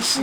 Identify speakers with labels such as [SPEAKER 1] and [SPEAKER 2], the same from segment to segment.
[SPEAKER 1] 时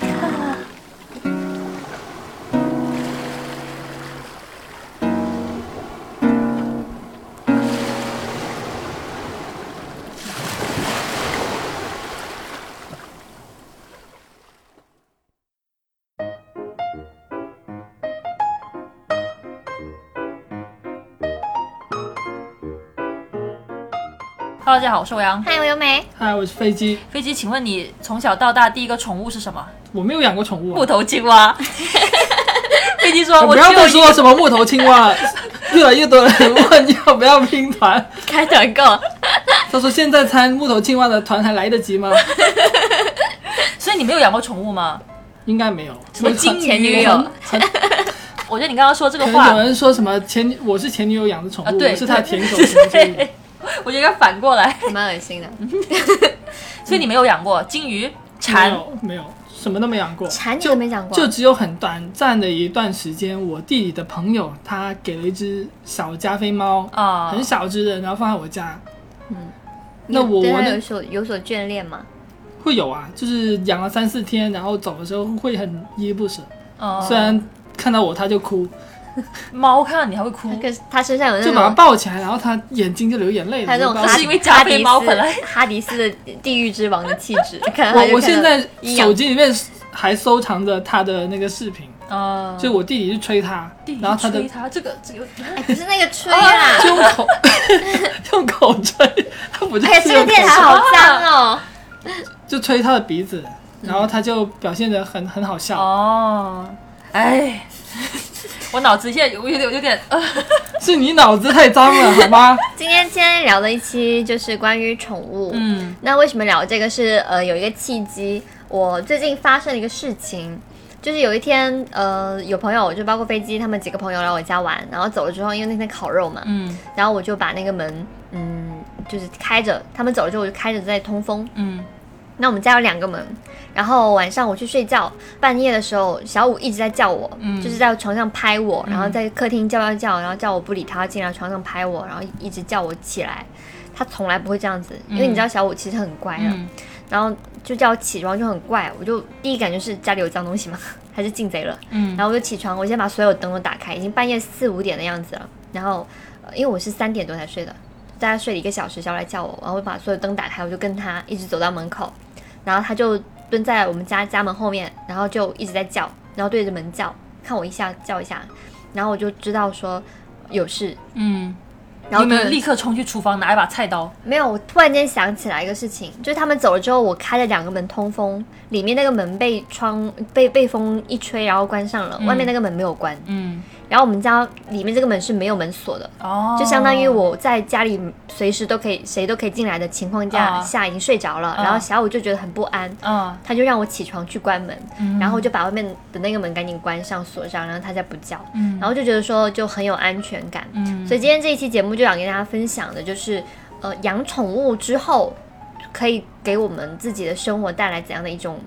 [SPEAKER 1] 刻。
[SPEAKER 2] Hello，大家好，我是欧阳。
[SPEAKER 1] 嗨，我优美。
[SPEAKER 3] 嗨，我是飞机，
[SPEAKER 2] 飞机，请问你从小到大第一个宠物是什么？
[SPEAKER 3] 我没有养过宠物、
[SPEAKER 2] 木
[SPEAKER 3] 啊，
[SPEAKER 2] 头青 蛙。飞机说：“
[SPEAKER 3] 不
[SPEAKER 2] 我
[SPEAKER 3] 要
[SPEAKER 2] 只有
[SPEAKER 3] 再
[SPEAKER 2] 一
[SPEAKER 3] 说什么木头青蛙了， 越来越多人问要不要拼团。
[SPEAKER 1] 开团购，
[SPEAKER 3] 他说现在参木头青蛙的团还来得及吗？
[SPEAKER 2] 所以你没有养过宠物吗？
[SPEAKER 3] 应该没有。
[SPEAKER 1] 什么金前女友
[SPEAKER 3] 很？很
[SPEAKER 2] 我觉得你刚刚说这个
[SPEAKER 3] 可
[SPEAKER 2] 话
[SPEAKER 3] 能有，人说什么前我是前女友养的宠
[SPEAKER 2] 啊
[SPEAKER 3] 物，
[SPEAKER 2] 对
[SPEAKER 3] 我是他舔狗
[SPEAKER 2] 对
[SPEAKER 3] 什么之类的。
[SPEAKER 2] 我觉得应该反过来。
[SPEAKER 1] 蛮恶心的。
[SPEAKER 2] 所以你没有养过金鱼、
[SPEAKER 3] 没
[SPEAKER 2] 蝉，
[SPEAKER 3] 有没有，什么都没养过。
[SPEAKER 1] 蝉你
[SPEAKER 3] 就
[SPEAKER 1] 都没养过
[SPEAKER 3] 就只有很短暂的一段时间，我弟弟的朋友他给了一只小加菲猫，
[SPEAKER 2] 啊
[SPEAKER 3] 很小只的，然后放在我家。
[SPEAKER 1] 嗯，
[SPEAKER 3] 那我
[SPEAKER 1] 对
[SPEAKER 3] 我
[SPEAKER 1] 它
[SPEAKER 3] 那
[SPEAKER 1] 有所有所眷恋吗？
[SPEAKER 3] 会有啊，就是养了三四天，然后走的时候会很依依不舍。
[SPEAKER 2] 哦
[SPEAKER 3] 虽然看到我它就哭，
[SPEAKER 2] 猫看到你还会哭
[SPEAKER 1] 它，可是它身上有那
[SPEAKER 3] 就把它
[SPEAKER 1] 种，
[SPEAKER 3] 抱起来，然后它眼睛就流眼泪了。
[SPEAKER 1] 它嗯有那种
[SPEAKER 3] 我就
[SPEAKER 1] 哈
[SPEAKER 3] 告
[SPEAKER 2] 是
[SPEAKER 3] 诉你
[SPEAKER 2] 因为加菲猫本来
[SPEAKER 1] 哈迪斯的地狱之王的气质。 可能它就
[SPEAKER 3] 我
[SPEAKER 1] 看到
[SPEAKER 3] 我现在
[SPEAKER 1] 阴阳
[SPEAKER 3] 手机里面还收藏着它的那个视频，
[SPEAKER 2] 啊，
[SPEAKER 1] 哦
[SPEAKER 3] 就我弟弟去吹它，然后它的
[SPEAKER 2] 吹它，这个这个
[SPEAKER 1] 哎，不是那个吹啊！
[SPEAKER 2] 哦
[SPEAKER 3] 就用口 用口吹，它不就
[SPEAKER 1] 哎呀，
[SPEAKER 3] 是
[SPEAKER 1] 这个
[SPEAKER 3] 用口
[SPEAKER 1] 电台好脏哦！
[SPEAKER 3] 就吹它的鼻子，
[SPEAKER 1] 嗯
[SPEAKER 3] 然后它就表现得很很好笑。
[SPEAKER 2] 哦， 哎，我脑子现在有有点有点呃，
[SPEAKER 3] 是你脑子太脏了，好吗？
[SPEAKER 1] 今天今天聊了一期就是关于宠物，
[SPEAKER 2] 嗯，
[SPEAKER 1] 那为什么聊这个是呃有一个契机，我最近发生了一个事情，就是有一天呃有朋友就包括飞机他们几个朋友来我家玩，然后走了之后，因为那天烤肉嘛，
[SPEAKER 2] 嗯
[SPEAKER 1] 然后我就把那个门嗯就是开着，他们走了之后我就开着在通风。
[SPEAKER 2] 嗯，
[SPEAKER 1] 那我们家有两个门，然后晚上我去睡觉，半夜的时候小五一直在叫我，
[SPEAKER 2] 嗯
[SPEAKER 1] 就是在床上拍我，然后在客厅叫叫叫，然后叫我不理他，进来床上拍我，然后一直叫我起来。他从来不会这样子，因为你知道小五其实很乖的，啊
[SPEAKER 2] 嗯
[SPEAKER 1] 然后就叫我起床就很怪，我就第一感觉是家里有脏东西吗？ 还是进贼了？
[SPEAKER 2] 嗯
[SPEAKER 1] 然后我就起床，我先把所有灯都打开，已经半夜四五点的样子了。然后，呃因为我是三点多才睡的，大概睡了一个小时，小来叫我，然后我把所有灯打开，我就跟他一直走到门口，然后他就蹲在我们家家门后面，然后就一直在叫，然后对着门叫，看我一下叫一下，然后我就知道说有事，
[SPEAKER 2] 嗯，
[SPEAKER 1] 然后
[SPEAKER 2] 你有没有
[SPEAKER 1] 就
[SPEAKER 2] 立刻冲去厨房拿一把菜刀？
[SPEAKER 1] 没有，我突然间想起来一个事情，就是他们走了之后，我开了两个门通风，里面那个门被窗被被风一吹，然后关上了，外面那个门没有关。
[SPEAKER 2] 嗯，
[SPEAKER 1] 然后我们家里面这个门是没有门锁的，
[SPEAKER 2] 哦，
[SPEAKER 1] 就相当于我在家里随时都可以谁都可以进来的情况
[SPEAKER 2] 啊
[SPEAKER 1] 下下已经睡着了，
[SPEAKER 2] 啊
[SPEAKER 1] 然后小五就觉得很不安。
[SPEAKER 2] 啊，
[SPEAKER 1] 他就让我起床去关门，
[SPEAKER 2] 嗯
[SPEAKER 1] 然后我就把外面的那个门赶紧关上锁上，然后他再不叫，
[SPEAKER 2] 嗯
[SPEAKER 1] 然后就觉得说就很有安全感，
[SPEAKER 2] 嗯
[SPEAKER 1] 所以今天这一期节目就想跟大家分享的就是，呃，养宠物之后可以给我们自己的生活带来怎样的一种。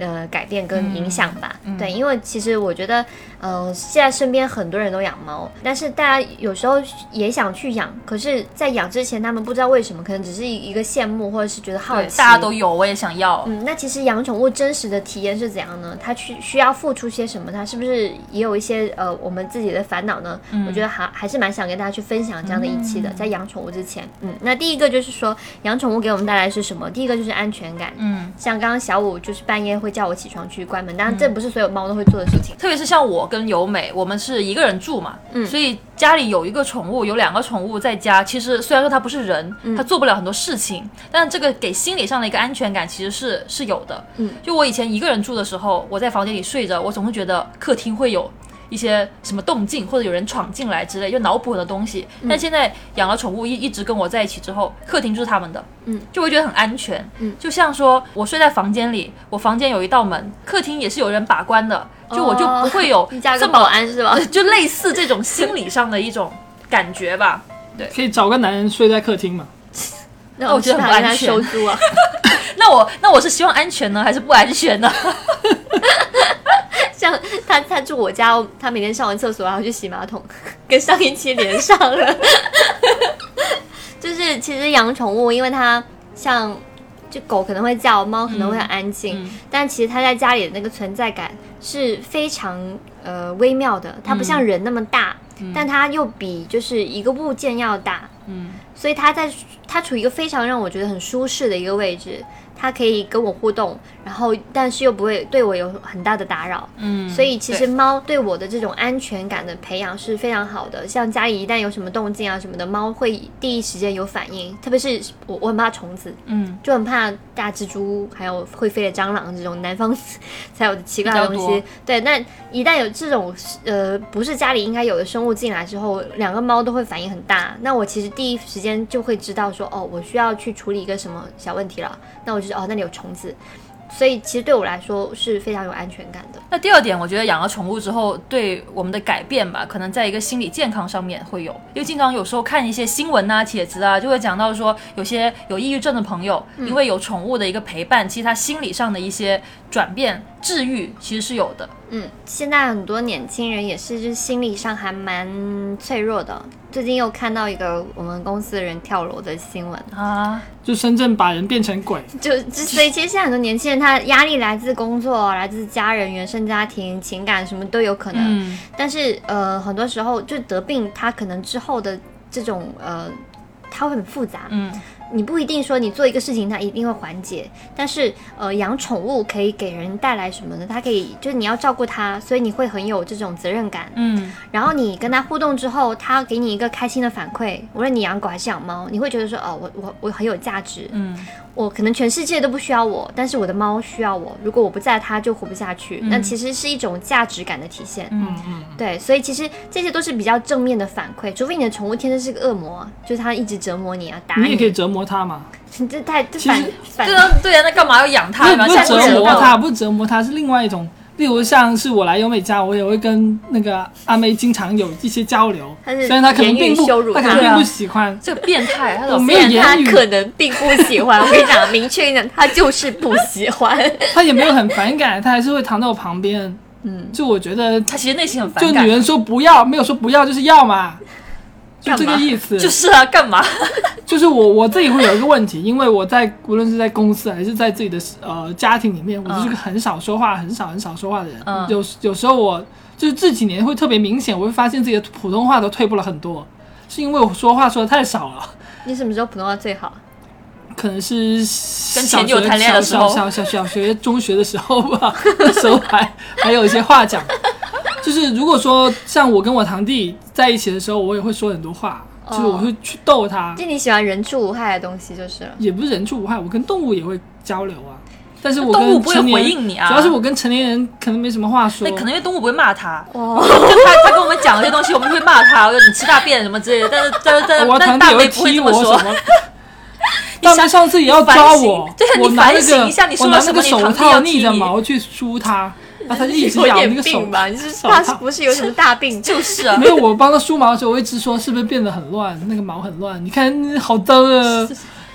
[SPEAKER 1] 呃，改变跟影响吧，
[SPEAKER 2] 嗯
[SPEAKER 1] 对，因为其实我觉得，呃，现在身边很多人都养猫，但是大家有时候也想去养，可是，在养之前，他们不知道为什么，可能只是一个羡慕，或者是觉得好
[SPEAKER 2] 对
[SPEAKER 1] 奇，
[SPEAKER 2] 大家都有，我也想要。
[SPEAKER 1] 嗯，那其实养宠物真实的体验是怎样呢？它去需要付出些什么？它是不是也有一些呃我们自己的烦恼呢？
[SPEAKER 2] 嗯
[SPEAKER 1] 我觉得还还是蛮想跟大家去分享这样的一期的，在养宠物之前，嗯，那第一个就是说养宠物给我们带来是什么？第一个就是安全感，
[SPEAKER 2] 嗯，
[SPEAKER 1] 像刚刚小五就是半夜会叫我起床去关门，当然这不是所有猫都会做的事情，
[SPEAKER 2] 特别是像我跟由美，我们是一个人住嘛，
[SPEAKER 1] 嗯
[SPEAKER 2] 所以家里有一个宠物，有两个宠物在家，其实虽然说它不是人，它做不了很多事情，但这个给心理上的一个安全感其实是是有的。
[SPEAKER 1] 嗯，
[SPEAKER 2] 就我以前一个人住的时候，我在房间里睡着，我总会觉得客厅会有。一些什么动静或者有人闯进来之类，就脑补很多东西。
[SPEAKER 1] 嗯
[SPEAKER 2] 但现在养了宠物一一直跟我在一起之后，客厅就是他们的，
[SPEAKER 1] 嗯，
[SPEAKER 2] 就会觉得很安全。
[SPEAKER 1] 嗯
[SPEAKER 2] 就像说我睡在房间里，我房间有一道门，客厅也是有人把关的，就我就
[SPEAKER 1] 哦
[SPEAKER 2] 不会有
[SPEAKER 1] 你加
[SPEAKER 2] 这
[SPEAKER 1] 个
[SPEAKER 2] 么哦
[SPEAKER 1] 保安是 吧？
[SPEAKER 2] 就类似这种心理上的一种感觉吧。
[SPEAKER 3] 可以找个男人睡在客厅嘛？
[SPEAKER 1] 那
[SPEAKER 2] 我觉得很
[SPEAKER 1] 是不是还
[SPEAKER 2] 不
[SPEAKER 1] 跟
[SPEAKER 2] 安
[SPEAKER 1] 他
[SPEAKER 2] 全
[SPEAKER 1] 收租啊，
[SPEAKER 2] 那我那我是希望安全呢，还是不安全呢？
[SPEAKER 1] 像他他住我家，他每天上完厕所还要去洗马桶，跟上一期连上 了。就是其实养宠物，因为它像就狗可能会叫，猫可能会很安静，
[SPEAKER 2] 嗯
[SPEAKER 1] 但其实它在家里的那个存在感是非常呃微妙的，它不
[SPEAKER 2] 嗯
[SPEAKER 1] 像人那么大，但它又比就是一个物件要大，
[SPEAKER 2] 嗯
[SPEAKER 1] 所以它在它处于一个非常让我觉得很舒适的一个位置，它可以跟我互动，然后但是又不会对我有很大的打扰。
[SPEAKER 2] 嗯，
[SPEAKER 1] 所以其实
[SPEAKER 2] 对
[SPEAKER 1] 猫对我的这种安全感的培养是非常好的。像家里一旦有什么动静啊什么的，猫会第一时间有反应。特别是我，我很怕虫子，
[SPEAKER 2] 嗯
[SPEAKER 1] 就很怕大蜘蛛，还有会飞的蟑螂这种南方 才有的奇怪的
[SPEAKER 2] 比
[SPEAKER 1] 东
[SPEAKER 2] 较多
[SPEAKER 1] 西。对，那一旦有这种呃不是家里应该有的生物进来之后，两个猫都会反应很大。那我其实第一时间就会知道说，哦，我需要去处理一个什么小问题了。那我就知道哦，那里有虫子。所以其实对我来说是非常有安全感的。
[SPEAKER 2] 那第二点，我觉得养了宠物之后对我们的改变吧，可能在一个心理健康上面会有，因为经常有时候看一些新闻啊、帖子啊，就会讲到说有些有抑郁症的朋友，因为有宠物的一个陪伴，其实他心理上的一些转变、治愈其实是有的。
[SPEAKER 1] 嗯，现在很多年轻人也是，就是心理上还蛮脆弱的。最近又看到一个我们公司的人跳楼的 新闻，
[SPEAKER 2] 啊，
[SPEAKER 3] 就深圳把人变成鬼，
[SPEAKER 1] 就就所以其实现在很多年轻人，他的压力来自工作、来自家人、原生家庭、情感什么都有可能。
[SPEAKER 2] 嗯
[SPEAKER 1] 但是呃，很多时候就得病，他可能之后的这种呃，他会很复杂。
[SPEAKER 2] 嗯，
[SPEAKER 1] 你不一定说你做一个事情它一定会缓解，但是呃，养宠物可以给人带来什么呢？它可以就是你要照顾它，所以你会很有这种责任感。
[SPEAKER 2] 嗯，
[SPEAKER 1] 然后你跟它互动之后，它给你一个开心的反馈，无论你养狗还是养猫，你会觉得说哦，我我我很有价值。
[SPEAKER 2] 嗯，
[SPEAKER 1] 我可能全世界都不需要我，但是我的猫需要我。如果我不在，它就活不下去。那其实是一种价值感的体现。
[SPEAKER 3] 嗯嗯，
[SPEAKER 1] 对，所以其实这些都是比较正面的反馈，除非你的宠物天生是个恶魔，就是它一直折磨你啊，打
[SPEAKER 3] 你也可以折磨它嘛，
[SPEAKER 1] 这太这
[SPEAKER 3] 其实
[SPEAKER 1] 反反
[SPEAKER 2] 对啊，对啊，那干嘛要养
[SPEAKER 3] 不
[SPEAKER 2] 它？
[SPEAKER 3] 是
[SPEAKER 2] 然
[SPEAKER 3] 不
[SPEAKER 2] 后下
[SPEAKER 3] 是
[SPEAKER 2] 次
[SPEAKER 1] 就
[SPEAKER 3] 折
[SPEAKER 1] 知
[SPEAKER 3] 磨
[SPEAKER 1] 道
[SPEAKER 3] 它，不是折磨它，是另外一种。例如像是我来优美家，我也会跟那个阿妹经常有一些交流，
[SPEAKER 1] 他是
[SPEAKER 3] 虽然她可能并不，
[SPEAKER 1] 言语羞辱
[SPEAKER 3] 她可能
[SPEAKER 2] 她
[SPEAKER 3] 并不喜欢，
[SPEAKER 2] 这个变态，他
[SPEAKER 3] 我
[SPEAKER 2] 老
[SPEAKER 3] 没有
[SPEAKER 1] 虽然
[SPEAKER 3] 言
[SPEAKER 1] 他
[SPEAKER 3] 语
[SPEAKER 1] 可能并不喜 欢，我跟你讲，明确一点，他就是不喜欢。
[SPEAKER 3] 她也没有很反感，她还是会躺在我旁边。
[SPEAKER 1] 啊嗯，
[SPEAKER 3] 就我觉得，
[SPEAKER 2] 他其实内心很
[SPEAKER 3] 就
[SPEAKER 2] 反感
[SPEAKER 3] 女。人说不要，没有说不要就是要嘛，就这
[SPEAKER 1] 干
[SPEAKER 3] 个
[SPEAKER 1] 嘛
[SPEAKER 3] 意思。
[SPEAKER 2] 就是啊，干嘛？
[SPEAKER 3] 就是我我自己会有一个问题，因为我在无论是在公司还是在自己的呃家庭里面，我就是个很少说话、很少很少说话的人。
[SPEAKER 2] 嗯
[SPEAKER 3] 有有时候我就是这几年会特别明显，我会发现自己的普通话都退步了很多，是因为我说话说的太少了。
[SPEAKER 1] 你什么时候普通话最好？
[SPEAKER 3] 可能是
[SPEAKER 2] 跟
[SPEAKER 3] 小
[SPEAKER 2] 前女
[SPEAKER 3] 学
[SPEAKER 2] 友谈恋爱的时候
[SPEAKER 3] 小小小小小学、中学的时候吧，那时候还还有一些话讲。就是如果说像我跟我堂弟在一起的时候，我也会说很多话，就是
[SPEAKER 2] 嗯
[SPEAKER 3] 我会去逗他。
[SPEAKER 1] 就你喜欢人畜无害的东西就是了。
[SPEAKER 3] 也不是人畜无害，我跟动物也会交流啊。但是我
[SPEAKER 2] 动物
[SPEAKER 3] 跟
[SPEAKER 2] 不会
[SPEAKER 3] 成年
[SPEAKER 2] 回应你啊
[SPEAKER 3] 主要是我跟成年人可能没什么话说
[SPEAKER 2] 那。可能因为动物不会骂他，
[SPEAKER 1] 哦，
[SPEAKER 2] 就他他跟我们讲这些东西，我们会骂他，我说你吃大便什么之类的，但是但是但
[SPEAKER 3] 我
[SPEAKER 2] 是但是
[SPEAKER 3] 堂弟
[SPEAKER 2] 大
[SPEAKER 3] 也
[SPEAKER 2] 卫不会
[SPEAKER 3] 踢
[SPEAKER 2] 这
[SPEAKER 3] 我
[SPEAKER 2] 么说
[SPEAKER 3] 什。 么。大妹上次也要抓我
[SPEAKER 2] 反省，对你
[SPEAKER 3] 我拿那
[SPEAKER 2] 反省
[SPEAKER 3] 个
[SPEAKER 2] 一下你说
[SPEAKER 3] 我
[SPEAKER 2] 了
[SPEAKER 3] 拿
[SPEAKER 2] 什
[SPEAKER 3] 那
[SPEAKER 2] 么
[SPEAKER 3] 个
[SPEAKER 2] 你
[SPEAKER 3] 手
[SPEAKER 2] 堂弟
[SPEAKER 3] 套
[SPEAKER 2] 要
[SPEAKER 3] 逆
[SPEAKER 2] 踢
[SPEAKER 3] 着
[SPEAKER 2] 你
[SPEAKER 3] 毛去 梳它，然后它就一直
[SPEAKER 1] 有
[SPEAKER 3] 咬那个
[SPEAKER 1] 点
[SPEAKER 3] 手
[SPEAKER 1] 病吧？你是
[SPEAKER 3] 手
[SPEAKER 1] 他
[SPEAKER 3] 套
[SPEAKER 1] 不是有什么大病？就
[SPEAKER 2] 就是是啊
[SPEAKER 3] 没，有，我帮他梳毛的时候，我会直说是不是变得很乱，那个毛很乱，你看好脏啊！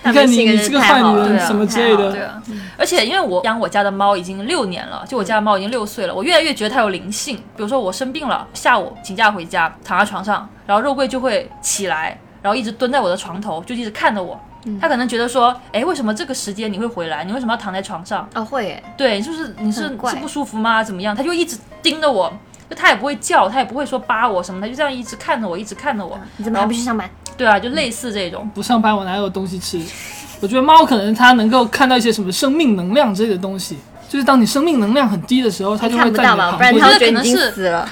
[SPEAKER 3] 你
[SPEAKER 1] 大明
[SPEAKER 3] 看你
[SPEAKER 1] 星
[SPEAKER 3] 你
[SPEAKER 1] 真
[SPEAKER 3] 是
[SPEAKER 1] 的
[SPEAKER 3] 个
[SPEAKER 1] 太
[SPEAKER 3] 坏
[SPEAKER 1] 好
[SPEAKER 3] 女
[SPEAKER 1] 了
[SPEAKER 3] 人
[SPEAKER 2] 对啊
[SPEAKER 3] 什么之类
[SPEAKER 1] 太好
[SPEAKER 2] 对
[SPEAKER 3] 的，
[SPEAKER 2] 啊，而且因为我养我家的猫已经六年了，就我家的猫已经六岁了，我越来越觉得它有灵性。比如说我生病了，下午请假回家，躺在床上，然后肉桂就会起来，然后一直蹲在我的床头，就一直看着我。它可能觉得说，哎，为什么这个时间你会回来？你为什么要躺在床上？
[SPEAKER 1] 哦，会耶，
[SPEAKER 2] 对，就是你是
[SPEAKER 1] 很怪
[SPEAKER 2] 是不舒服吗？怎么样？他就一直盯着我，就他也不会叫，他也不会说扒我什么，他就这样一直看着我，一直看着我。
[SPEAKER 1] 你怎么还不去上班？
[SPEAKER 2] 对啊，就类似这种。
[SPEAKER 3] 不上班我哪有东西吃？我觉得猫可能它能够看到一些什么生命能量之类的东西，就是当你生命能量很低的时候，它就
[SPEAKER 1] 看
[SPEAKER 3] 会
[SPEAKER 1] 不
[SPEAKER 3] 在
[SPEAKER 1] 到
[SPEAKER 3] 你的
[SPEAKER 1] 吧，
[SPEAKER 3] 旁
[SPEAKER 1] 不然
[SPEAKER 3] 边。
[SPEAKER 1] 他
[SPEAKER 2] 我
[SPEAKER 1] 会
[SPEAKER 2] 觉得可
[SPEAKER 1] 觉得你
[SPEAKER 2] 能
[SPEAKER 1] 已经
[SPEAKER 2] 是
[SPEAKER 1] 死了。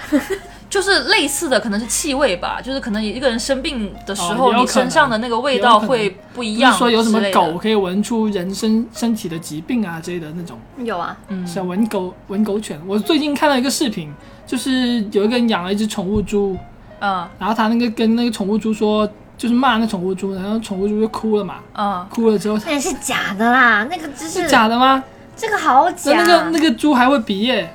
[SPEAKER 2] 就是类似的，可能是气味吧，就是可能一个人生病的时
[SPEAKER 3] 哦
[SPEAKER 2] 候，
[SPEAKER 3] 也有
[SPEAKER 2] 你
[SPEAKER 3] 可能
[SPEAKER 2] 身上的那个味
[SPEAKER 3] 也有
[SPEAKER 2] 道
[SPEAKER 3] 可能
[SPEAKER 2] 会不一
[SPEAKER 3] 不是
[SPEAKER 2] 样。
[SPEAKER 3] 说有什么狗，可以闻出人身身体的疾病啊之类的那种，
[SPEAKER 1] 有啊，
[SPEAKER 3] 像闻狗闻狗犬。我最近看到一个视频，就是有一个人养了一只宠物猪，
[SPEAKER 2] 嗯
[SPEAKER 3] 然后他那个跟那个宠物猪说，就是骂那宠物猪，然后宠物猪就哭了嘛，
[SPEAKER 2] 嗯，
[SPEAKER 3] 哭了之后，
[SPEAKER 1] 那也是假的啦，那个只是
[SPEAKER 3] 是假的吗？
[SPEAKER 1] 这个好
[SPEAKER 3] 那
[SPEAKER 1] 假。啊
[SPEAKER 3] 那个那个猪还会鼻液，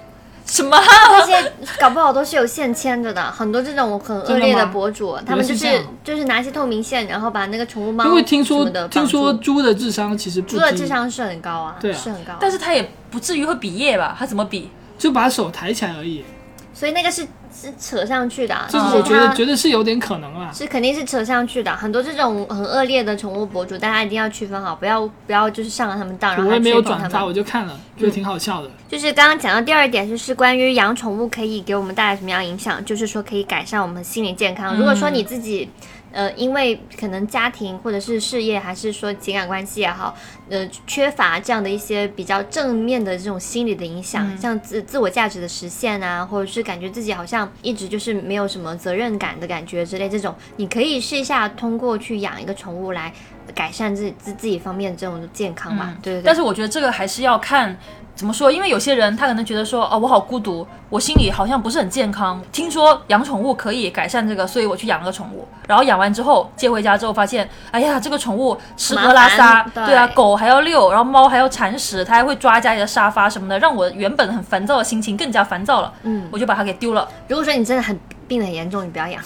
[SPEAKER 2] 什么？
[SPEAKER 1] 那些搞不好都是有线牵着的，很多这种很恶劣
[SPEAKER 3] 真的
[SPEAKER 1] 的
[SPEAKER 3] 吗
[SPEAKER 1] 博主，他们就
[SPEAKER 3] 原来
[SPEAKER 1] 是
[SPEAKER 3] 是这样
[SPEAKER 1] 就是拿一些透明线，然后把那个宠物猫
[SPEAKER 3] 啊因为听说
[SPEAKER 1] 什么的绑
[SPEAKER 3] 听
[SPEAKER 1] 住
[SPEAKER 3] 说猪的智商其实不
[SPEAKER 1] 猪的
[SPEAKER 3] 低
[SPEAKER 1] 智商是很高啊，
[SPEAKER 3] 对啊
[SPEAKER 1] 是很高，
[SPEAKER 2] 但
[SPEAKER 1] 是
[SPEAKER 2] 是他也不至于会比耶吧？他怎么比？
[SPEAKER 3] 就把手抬起来而已。
[SPEAKER 1] 所以那个是是扯上去的、啊，
[SPEAKER 3] 这
[SPEAKER 1] 就
[SPEAKER 3] 个
[SPEAKER 1] 是
[SPEAKER 3] 我觉得
[SPEAKER 1] 它
[SPEAKER 3] 觉得是有点可能啊。
[SPEAKER 1] 是肯定是扯上去的啊。很多这种很恶劣的宠物博主，大家一定要区分好，不要不要就是上了他们当，然后
[SPEAKER 3] 我也
[SPEAKER 1] 还
[SPEAKER 3] 没有
[SPEAKER 1] 吹捧
[SPEAKER 3] 转
[SPEAKER 1] 他
[SPEAKER 3] 发，
[SPEAKER 1] 们。
[SPEAKER 3] 我就看了，觉得挺好笑的。
[SPEAKER 2] 嗯
[SPEAKER 1] 就是刚刚讲到第二点，就是关于养宠物可以给我们带来什么样的影响，就是说可以改善我们心理健康。如果说你
[SPEAKER 2] 嗯
[SPEAKER 1] 自己，呃，因为可能家庭或者是事业，还是说情感关系也好，呃，缺乏这样的一些比较正面的这种心理的影响，
[SPEAKER 2] 嗯
[SPEAKER 1] 像自自我价值的实现啊，或者是感觉自己好像一直就是没有什么责任感的感觉之类，这种你可以试一下通过去养一个宠物来改善自自自己方面这种健康吧。对对对。
[SPEAKER 2] 嗯但是我觉得这个还是要看怎么说，因为有些人他可能觉得说，啊、我好孤独，我心里好像不是很健康。听说养宠物可以改善这个，所以我去养了个宠物。然后养完之后接回家之后，发现，哎呀，这个宠物吃喝拉撒
[SPEAKER 1] 麻，烦
[SPEAKER 2] 对啊，
[SPEAKER 1] 对
[SPEAKER 2] 狗还要遛，然后猫还要铲屎，它还会抓家里的沙发什么的，让我原本很烦躁的心情更加烦躁了。嗯，我就把它给丢了。
[SPEAKER 1] 如果说你真的很病得很严重，你不要养。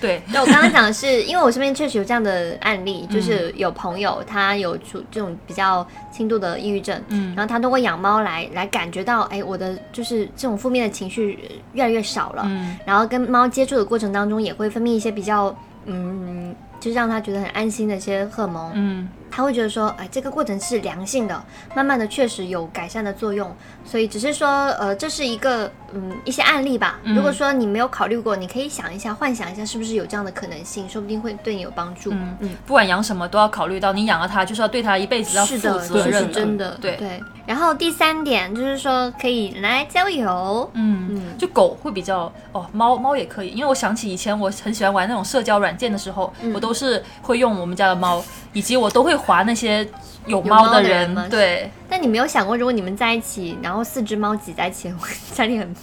[SPEAKER 2] 对，
[SPEAKER 1] 那我刚刚讲的是，因为我身边确实有这样的案例，
[SPEAKER 2] 嗯
[SPEAKER 1] 就是有朋友他有出这种比较轻度的抑郁症，嗯，然后他通过养猫来来感觉到，哎，我的就是这种负面的情绪呃越来越少了，
[SPEAKER 2] 嗯
[SPEAKER 1] 然后跟猫接触的过程当中也会分泌一些比较，嗯，就是让他觉得很安心的一些荷尔蒙，
[SPEAKER 2] 嗯，
[SPEAKER 1] 他会觉得说，哎，这个过程是良性的，慢慢的确实有改善的作用，所以只是说，呃，这是一个嗯一些案例吧。如果说你没有考虑过，你可以想一下，幻想一下是不是有这样的可能性，说不定会对你有帮助。嗯嗯，
[SPEAKER 2] 不管养什么都要考虑到，你养了它就是要对它一辈子要负
[SPEAKER 1] 是的，
[SPEAKER 2] 责
[SPEAKER 1] 这是
[SPEAKER 2] 任啊
[SPEAKER 1] 真的，
[SPEAKER 2] 对，
[SPEAKER 1] 对。然后第三点就是说，可以来郊游，
[SPEAKER 2] 嗯，就狗会比较哦，猫猫也可以，因为我想起以前我很喜欢玩那种社交软件的时候，
[SPEAKER 1] 嗯
[SPEAKER 2] 我都是会用我们家的猫，以及我都会划那些有猫
[SPEAKER 1] 有猫的人
[SPEAKER 2] 人，
[SPEAKER 1] 吗
[SPEAKER 2] 对，
[SPEAKER 1] 但你没有想过，如果你们在一起，然后四只猫挤在一起， 会家里很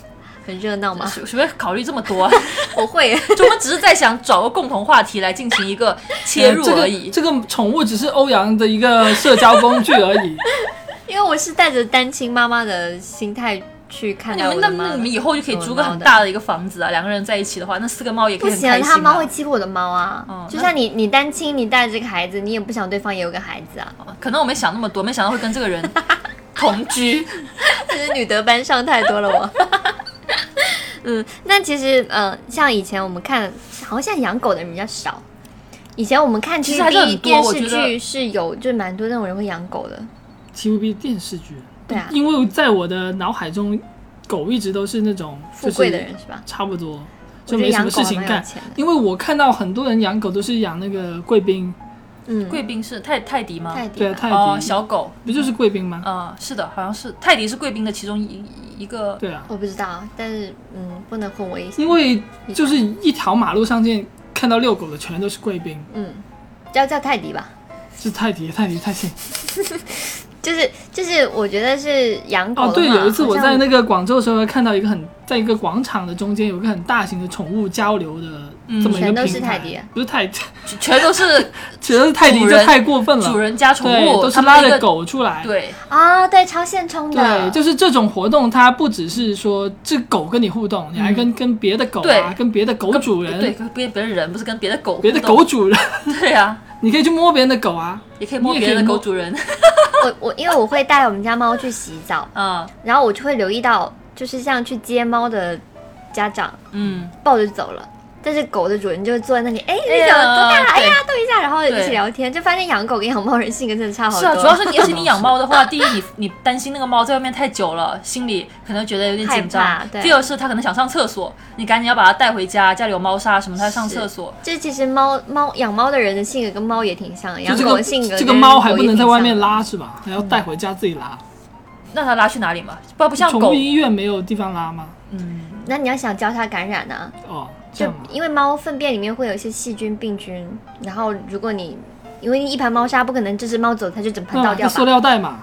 [SPEAKER 1] 很热闹吗？
[SPEAKER 2] 谁谁会考虑这么多？
[SPEAKER 1] 我会。
[SPEAKER 2] 就我们只是在想找个共同话题来进行一个切入
[SPEAKER 1] 嗯
[SPEAKER 3] 呃这
[SPEAKER 2] 而
[SPEAKER 3] 个
[SPEAKER 2] 已。
[SPEAKER 3] 这个宠物只是欧阳的一个社交工具而已。
[SPEAKER 1] 因为我是带着单亲妈妈的心态去看
[SPEAKER 2] 你
[SPEAKER 1] 待我
[SPEAKER 2] 们
[SPEAKER 1] 的
[SPEAKER 2] 那
[SPEAKER 1] 猫
[SPEAKER 2] 那
[SPEAKER 1] 的。
[SPEAKER 2] 你们以后就可以租个
[SPEAKER 1] 我的猫
[SPEAKER 2] 很
[SPEAKER 1] 的
[SPEAKER 2] 大的一个房子啊，两个人在一起的话，那四个猫也可
[SPEAKER 1] 不
[SPEAKER 2] 以很
[SPEAKER 1] 行
[SPEAKER 2] 开，心、啊。
[SPEAKER 1] 它猫会欺负我的猫啊！
[SPEAKER 2] 哦
[SPEAKER 1] 就像你，你单亲，你带着这个孩子，你也不想对方也有个孩子啊，
[SPEAKER 2] 可能我没想那么多，没想到会跟这个人同居。
[SPEAKER 1] 这是女德班上太多了我。 嗯，那其实，嗯、像以前我们看，好像现在养狗的人比较少。以前我们看
[SPEAKER 2] 其实还是很
[SPEAKER 1] TVB
[SPEAKER 2] 多
[SPEAKER 1] 电
[SPEAKER 2] 我觉
[SPEAKER 1] 视
[SPEAKER 2] 得
[SPEAKER 1] 剧是有，就蛮多那种人会养狗的。
[SPEAKER 3] TVB 电视剧，
[SPEAKER 1] 对啊，
[SPEAKER 3] 因为在我的脑海中，狗一直都是那种
[SPEAKER 1] 富贵的人，是吧？
[SPEAKER 3] 差不多
[SPEAKER 1] 我
[SPEAKER 3] 就
[SPEAKER 1] 觉得
[SPEAKER 3] 没什
[SPEAKER 1] 养
[SPEAKER 3] 么
[SPEAKER 1] 狗
[SPEAKER 3] 事
[SPEAKER 1] 还
[SPEAKER 3] 情
[SPEAKER 1] 蛮有
[SPEAKER 3] 干。
[SPEAKER 1] 钱的。
[SPEAKER 3] 因为我看到很多人养狗都是养那个贵宾，
[SPEAKER 1] 嗯，
[SPEAKER 2] 贵宾是泰泰迪吗？
[SPEAKER 1] 泰迪
[SPEAKER 3] 对啊，
[SPEAKER 1] 吧
[SPEAKER 3] 泰
[SPEAKER 2] 哦，
[SPEAKER 3] 迪
[SPEAKER 2] 小狗。
[SPEAKER 3] 不就是贵宾吗？
[SPEAKER 2] 啊、是的，好像是泰迪是贵宾的其中一一个。
[SPEAKER 3] 对啊，
[SPEAKER 1] 我不知道，但是嗯，不能混为一谈。
[SPEAKER 3] 因为就是一条马路上见看到遛狗的全都是贵宾，
[SPEAKER 1] 嗯，叫叫泰迪吧。
[SPEAKER 3] 是泰迪，泰迪，泰迪。
[SPEAKER 1] 就是就是，我觉得是养狗
[SPEAKER 3] 哦，
[SPEAKER 1] 的
[SPEAKER 3] 对，
[SPEAKER 1] 话
[SPEAKER 3] 有一次
[SPEAKER 1] 好
[SPEAKER 3] 我
[SPEAKER 1] 像
[SPEAKER 3] 在那个广州的时候，看到一个很，在一个广场的中间有一个很大型的宠物交流的这么一个
[SPEAKER 1] 嗯全
[SPEAKER 3] 平台，
[SPEAKER 1] 都是泰迪啊
[SPEAKER 3] 不是泰，
[SPEAKER 2] 全全都 是
[SPEAKER 3] 其实泰迪
[SPEAKER 2] 主
[SPEAKER 3] 就
[SPEAKER 2] 人
[SPEAKER 3] 太过分了，
[SPEAKER 2] 主人加宠
[SPEAKER 3] 对
[SPEAKER 2] 物，
[SPEAKER 3] 都是
[SPEAKER 2] 他们
[SPEAKER 3] 拉
[SPEAKER 2] 一
[SPEAKER 3] 着
[SPEAKER 2] 个。
[SPEAKER 3] 狗出来，
[SPEAKER 2] 对，
[SPEAKER 1] 啊、对，超现充的，
[SPEAKER 3] 对，就是这种活动，它不只是说这狗跟你互动，你
[SPEAKER 1] 嗯
[SPEAKER 3] 还跟跟别的狗啊，
[SPEAKER 2] 对
[SPEAKER 3] 跟别的狗
[SPEAKER 2] 跟
[SPEAKER 3] 主
[SPEAKER 2] 对，
[SPEAKER 3] 人，
[SPEAKER 2] 跟别别的人不是跟别的狗，
[SPEAKER 3] 别的狗，主人，
[SPEAKER 2] 对啊，
[SPEAKER 3] 你可以去摸别人的狗啊，
[SPEAKER 2] 也可以摸
[SPEAKER 3] 你也
[SPEAKER 2] 别人
[SPEAKER 3] 可以
[SPEAKER 2] 的
[SPEAKER 3] 摸
[SPEAKER 2] 狗主人
[SPEAKER 1] 我我因为我会带我们家猫去洗澡，
[SPEAKER 2] 啊，
[SPEAKER 1] 然后我就会留意到，就是像去接猫的家长
[SPEAKER 2] 嗯，
[SPEAKER 1] 抱着走了。但是狗的主人就会坐在那里，哎，
[SPEAKER 2] 哎
[SPEAKER 1] 你
[SPEAKER 2] 呀
[SPEAKER 1] 怎么多大了？哎
[SPEAKER 2] 对
[SPEAKER 1] 呀，逗一下，然后一
[SPEAKER 2] 对
[SPEAKER 1] 起聊天，就发现养狗跟养猫人性格真的差好
[SPEAKER 2] 是
[SPEAKER 1] 多。
[SPEAKER 2] 啊，主要是 你，而且你养猫的话， 第一你你担心那个猫在外面太久了，心里可能觉得有点紧
[SPEAKER 1] 害怕
[SPEAKER 2] 张
[SPEAKER 1] 对；
[SPEAKER 2] 第二是它可能想上厕所，你赶紧要把它带回家，家里有猫砂什么，它要上
[SPEAKER 1] 是
[SPEAKER 2] 厕所。
[SPEAKER 1] 这其实猫猫养猫的人的性格跟猫也挺像的，
[SPEAKER 3] 就
[SPEAKER 1] 养
[SPEAKER 3] 这
[SPEAKER 1] 狗
[SPEAKER 3] 个
[SPEAKER 1] 的性格
[SPEAKER 3] 这个
[SPEAKER 1] 跟
[SPEAKER 3] 猫还
[SPEAKER 1] 狗
[SPEAKER 3] 不
[SPEAKER 1] 也
[SPEAKER 3] 能在
[SPEAKER 1] 挺
[SPEAKER 3] 外面
[SPEAKER 1] 像的。嗯
[SPEAKER 3] 拉是吧？还要带回家自己拉，
[SPEAKER 2] 那它拉去哪里嘛？不不像
[SPEAKER 3] 宠
[SPEAKER 2] 狗
[SPEAKER 3] 物，医院没有地方拉吗？
[SPEAKER 2] 嗯，
[SPEAKER 1] 那你要想教它感染呢、啊，
[SPEAKER 3] 哦，
[SPEAKER 1] 就
[SPEAKER 3] 这样吗？
[SPEAKER 1] 因为猫粪便里面会有一些细菌、病菌，然后如果你因为一盘猫砂不可能这只猫走它就整盘
[SPEAKER 3] 那
[SPEAKER 1] 倒
[SPEAKER 3] 就
[SPEAKER 1] 掉
[SPEAKER 3] 塑
[SPEAKER 1] 吧，
[SPEAKER 3] 料袋嘛。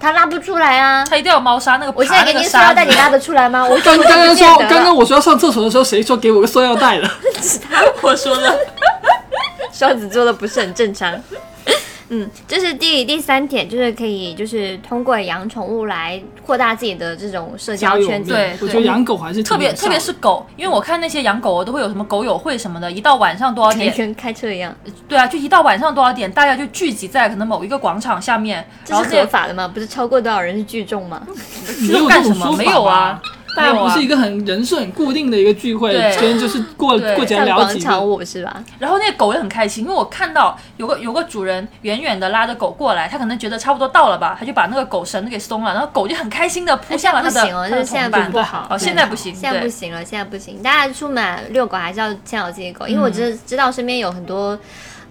[SPEAKER 1] 它拉不出来啊。
[SPEAKER 2] 它一定要有猫砂那个爬
[SPEAKER 1] 我现在
[SPEAKER 2] 那
[SPEAKER 1] 给
[SPEAKER 2] 个
[SPEAKER 1] 你塑
[SPEAKER 2] 沙
[SPEAKER 1] 料
[SPEAKER 2] 子。
[SPEAKER 1] 袋，你拉得出来吗？我
[SPEAKER 3] 刚刚
[SPEAKER 1] 不
[SPEAKER 3] 刚说
[SPEAKER 1] 见，得
[SPEAKER 3] 刚刚我说要上厕所的时候，谁说给我个塑 料袋的？
[SPEAKER 2] 我说的。
[SPEAKER 1] 双子座的不是很正常。 嗯，这是第第三点，就是可以就是通过养宠物来扩大自己的这种社交
[SPEAKER 3] 油
[SPEAKER 1] 圈子。
[SPEAKER 2] 对
[SPEAKER 3] 我觉得养狗还是挺
[SPEAKER 2] 特别
[SPEAKER 3] 有效
[SPEAKER 2] 特别
[SPEAKER 3] 的
[SPEAKER 2] 是狗，因为我看那些养狗的都会有什么狗友会什么的，一到晚上多少
[SPEAKER 1] 感觉
[SPEAKER 2] 点？
[SPEAKER 1] 跟开车一样，
[SPEAKER 2] 对啊，就一到晚上多少点，大家就聚集在可能某一个广场下面，
[SPEAKER 1] 这
[SPEAKER 2] 然后
[SPEAKER 1] 是合
[SPEAKER 2] 这
[SPEAKER 1] 法的吗？不是超过多少人是聚众吗？
[SPEAKER 3] 没
[SPEAKER 2] 这
[SPEAKER 3] 有
[SPEAKER 2] 干
[SPEAKER 3] 这
[SPEAKER 2] 什
[SPEAKER 3] 种
[SPEAKER 2] 么？
[SPEAKER 3] 说
[SPEAKER 2] 没
[SPEAKER 3] 法
[SPEAKER 2] 有
[SPEAKER 3] 吧
[SPEAKER 2] 啊，
[SPEAKER 3] 大家不是一
[SPEAKER 2] 个。
[SPEAKER 3] 个很人数很固定的一个聚会，
[SPEAKER 2] 对
[SPEAKER 3] 今天就是过
[SPEAKER 2] 对
[SPEAKER 3] 过节
[SPEAKER 1] 跳
[SPEAKER 3] 聊
[SPEAKER 1] 广
[SPEAKER 3] 几
[SPEAKER 1] 场
[SPEAKER 3] 个，
[SPEAKER 1] 舞是吧？
[SPEAKER 2] 然后那个狗也很开心，因为我看到有个有个主人远远的拉着狗过来，他可能觉得差不多到了吧，他就把那个狗绳子给松了，然后狗就很开心的扑向了他
[SPEAKER 1] 不
[SPEAKER 2] 的
[SPEAKER 1] 行哦，
[SPEAKER 2] 他
[SPEAKER 1] 就
[SPEAKER 2] 的
[SPEAKER 1] 是现在
[SPEAKER 2] 同伴
[SPEAKER 1] 不不。好，
[SPEAKER 2] 哦，
[SPEAKER 1] 对
[SPEAKER 2] 现在不行，
[SPEAKER 1] 现在不
[SPEAKER 2] 对
[SPEAKER 1] 行了，现在不行，大家出门遛狗还是要牵好自己的狗，因为
[SPEAKER 2] 嗯
[SPEAKER 1] 我知知道身边有很多，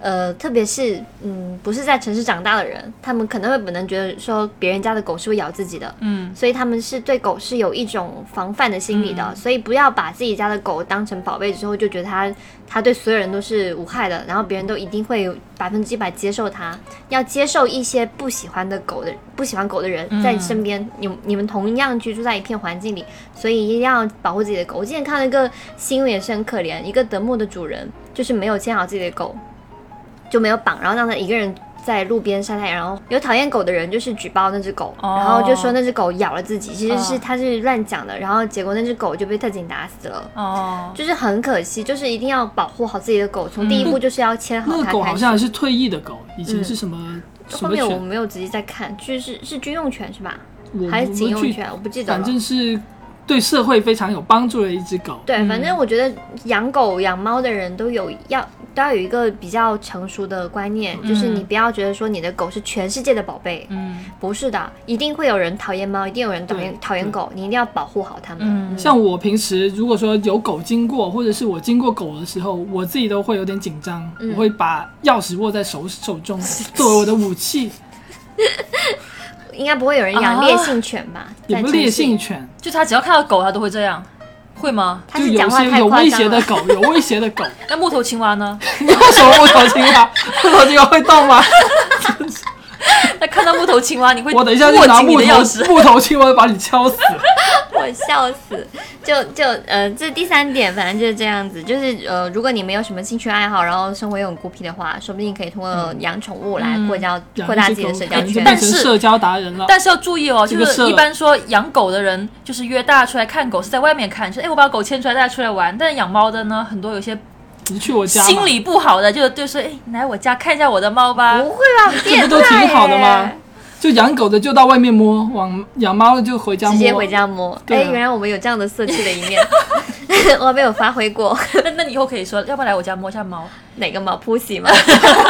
[SPEAKER 1] 呃，特别是嗯，不是在城市长大的人，他们可能会本能觉得说别人家的狗是会咬自己的，
[SPEAKER 2] 嗯，
[SPEAKER 1] 所以他们是对狗是有一种防范的心理的，所以不要把自己家的狗当成宝贝之后就觉得它它对所有人都是无害的，然后别人都一定会百分之一百接受它。要接受一些不喜欢的狗的不喜欢狗的人
[SPEAKER 3] 嗯
[SPEAKER 1] 在你身边，你你们同样居住在一片环境里，所以一定要保护自己的狗。我之前看了一个新闻也是很可怜，一个德牧的主人就是没有牵好自己的狗，就没有绑，然后让它一个人。在路边晒太阳，然后有讨厌狗的人就是举报那只狗，
[SPEAKER 2] 哦
[SPEAKER 1] 然后就说那只狗咬了自己，其实
[SPEAKER 2] 哦
[SPEAKER 1] 是他是乱讲的，然后结果那只狗就被特警打死了，
[SPEAKER 2] 哦，
[SPEAKER 1] 就是很可惜，就是一定要保护好自己的狗，从第一步就是要牵好
[SPEAKER 3] 嗯那
[SPEAKER 1] 它
[SPEAKER 3] 个狗好
[SPEAKER 1] 开始。
[SPEAKER 3] 像还是退役的狗，以前
[SPEAKER 1] 嗯
[SPEAKER 3] 是什么什
[SPEAKER 1] 后
[SPEAKER 3] 么
[SPEAKER 1] 面我
[SPEAKER 3] 犬，
[SPEAKER 1] 没有仔细在看，就是是军用犬是吧？
[SPEAKER 3] 我
[SPEAKER 1] 还是
[SPEAKER 3] 们
[SPEAKER 1] 警用
[SPEAKER 3] 去
[SPEAKER 1] 犬？我不记得
[SPEAKER 3] 反
[SPEAKER 1] 了。
[SPEAKER 3] 正是对社会非常有帮助的一只狗。
[SPEAKER 1] 对，反正我觉得养狗养猫的人都有要都要有一个比较成熟的观念，
[SPEAKER 3] 嗯
[SPEAKER 1] 就是你不要觉得说你的狗是全世界的宝贝，
[SPEAKER 2] 嗯
[SPEAKER 1] 不是的，一定会有人讨厌猫，一定有人讨厌
[SPEAKER 3] 对
[SPEAKER 1] 讨厌狗，你一定要保护好它们。
[SPEAKER 2] 嗯，
[SPEAKER 3] 像我平时如果说有狗经过，或者是我经过狗的时候，我自己都会有点紧张，
[SPEAKER 1] 嗯
[SPEAKER 3] 我会把钥匙握在手手中作为我的 武器，
[SPEAKER 1] 应该不会有人养
[SPEAKER 2] 啊
[SPEAKER 1] 烈性犬吧？
[SPEAKER 3] 也
[SPEAKER 1] 在
[SPEAKER 3] 不是
[SPEAKER 1] 城
[SPEAKER 3] 烈
[SPEAKER 1] 市
[SPEAKER 3] 性，犬，
[SPEAKER 2] 就他只要看到狗，他都会这样，会吗？
[SPEAKER 1] 它
[SPEAKER 3] 就是有
[SPEAKER 1] 讲话
[SPEAKER 3] 些
[SPEAKER 1] 太
[SPEAKER 3] 有
[SPEAKER 1] 夸
[SPEAKER 3] 威
[SPEAKER 1] 张
[SPEAKER 3] 胁
[SPEAKER 1] 了
[SPEAKER 3] 的。狗，有威胁的狗。
[SPEAKER 2] 那木头青蛙呢？
[SPEAKER 3] 你为什么木头青蛙？木头青蛙啊会动吗？
[SPEAKER 2] 那看到木头青蛙，你会
[SPEAKER 3] 我等一下就
[SPEAKER 2] 握
[SPEAKER 3] 拿
[SPEAKER 2] 紧你
[SPEAKER 3] 木
[SPEAKER 2] 的
[SPEAKER 3] 头
[SPEAKER 2] 钥 匙。
[SPEAKER 3] 木头青蛙把你敲死。
[SPEAKER 1] 我笑死，就就呃，这第三点，反正就是这样子，就是呃，如果你没有什么兴趣爱好，然后生活又很孤僻的话，说不定可以通过养宠物来扩交、
[SPEAKER 3] 嗯养
[SPEAKER 1] 扩大
[SPEAKER 3] 一
[SPEAKER 1] 自
[SPEAKER 3] 只
[SPEAKER 1] 己的社
[SPEAKER 3] 狗
[SPEAKER 1] 交
[SPEAKER 3] 可能就
[SPEAKER 1] 圈。
[SPEAKER 3] 变
[SPEAKER 2] 但
[SPEAKER 3] 成
[SPEAKER 2] 是
[SPEAKER 3] 社交达人了。
[SPEAKER 2] 但是要注意哦，
[SPEAKER 3] 这
[SPEAKER 2] 就
[SPEAKER 3] 个
[SPEAKER 2] 是
[SPEAKER 3] 是
[SPEAKER 2] 一般说养狗的人，就是约大家出来看狗是在外面看，说哎我把狗牵出来带它出来玩。但是养猫的呢，很多有些
[SPEAKER 3] 你去我家嘛，
[SPEAKER 2] 心理不好的，就就是哎你来我家看一下我的猫吧。
[SPEAKER 3] 哦
[SPEAKER 1] 不会吧？ 这
[SPEAKER 3] 不都挺好的吗？就养狗的就到外面摸，往养猫的就回家摸。
[SPEAKER 1] 直接回家摸，哎、
[SPEAKER 3] 对啊
[SPEAKER 1] 原来我们有这样的 色气的一面， 我还没有发挥过。
[SPEAKER 2] 那那你以后可以说，要不要来我家摸一下猫？
[SPEAKER 1] 哪个猫 pussy 吗？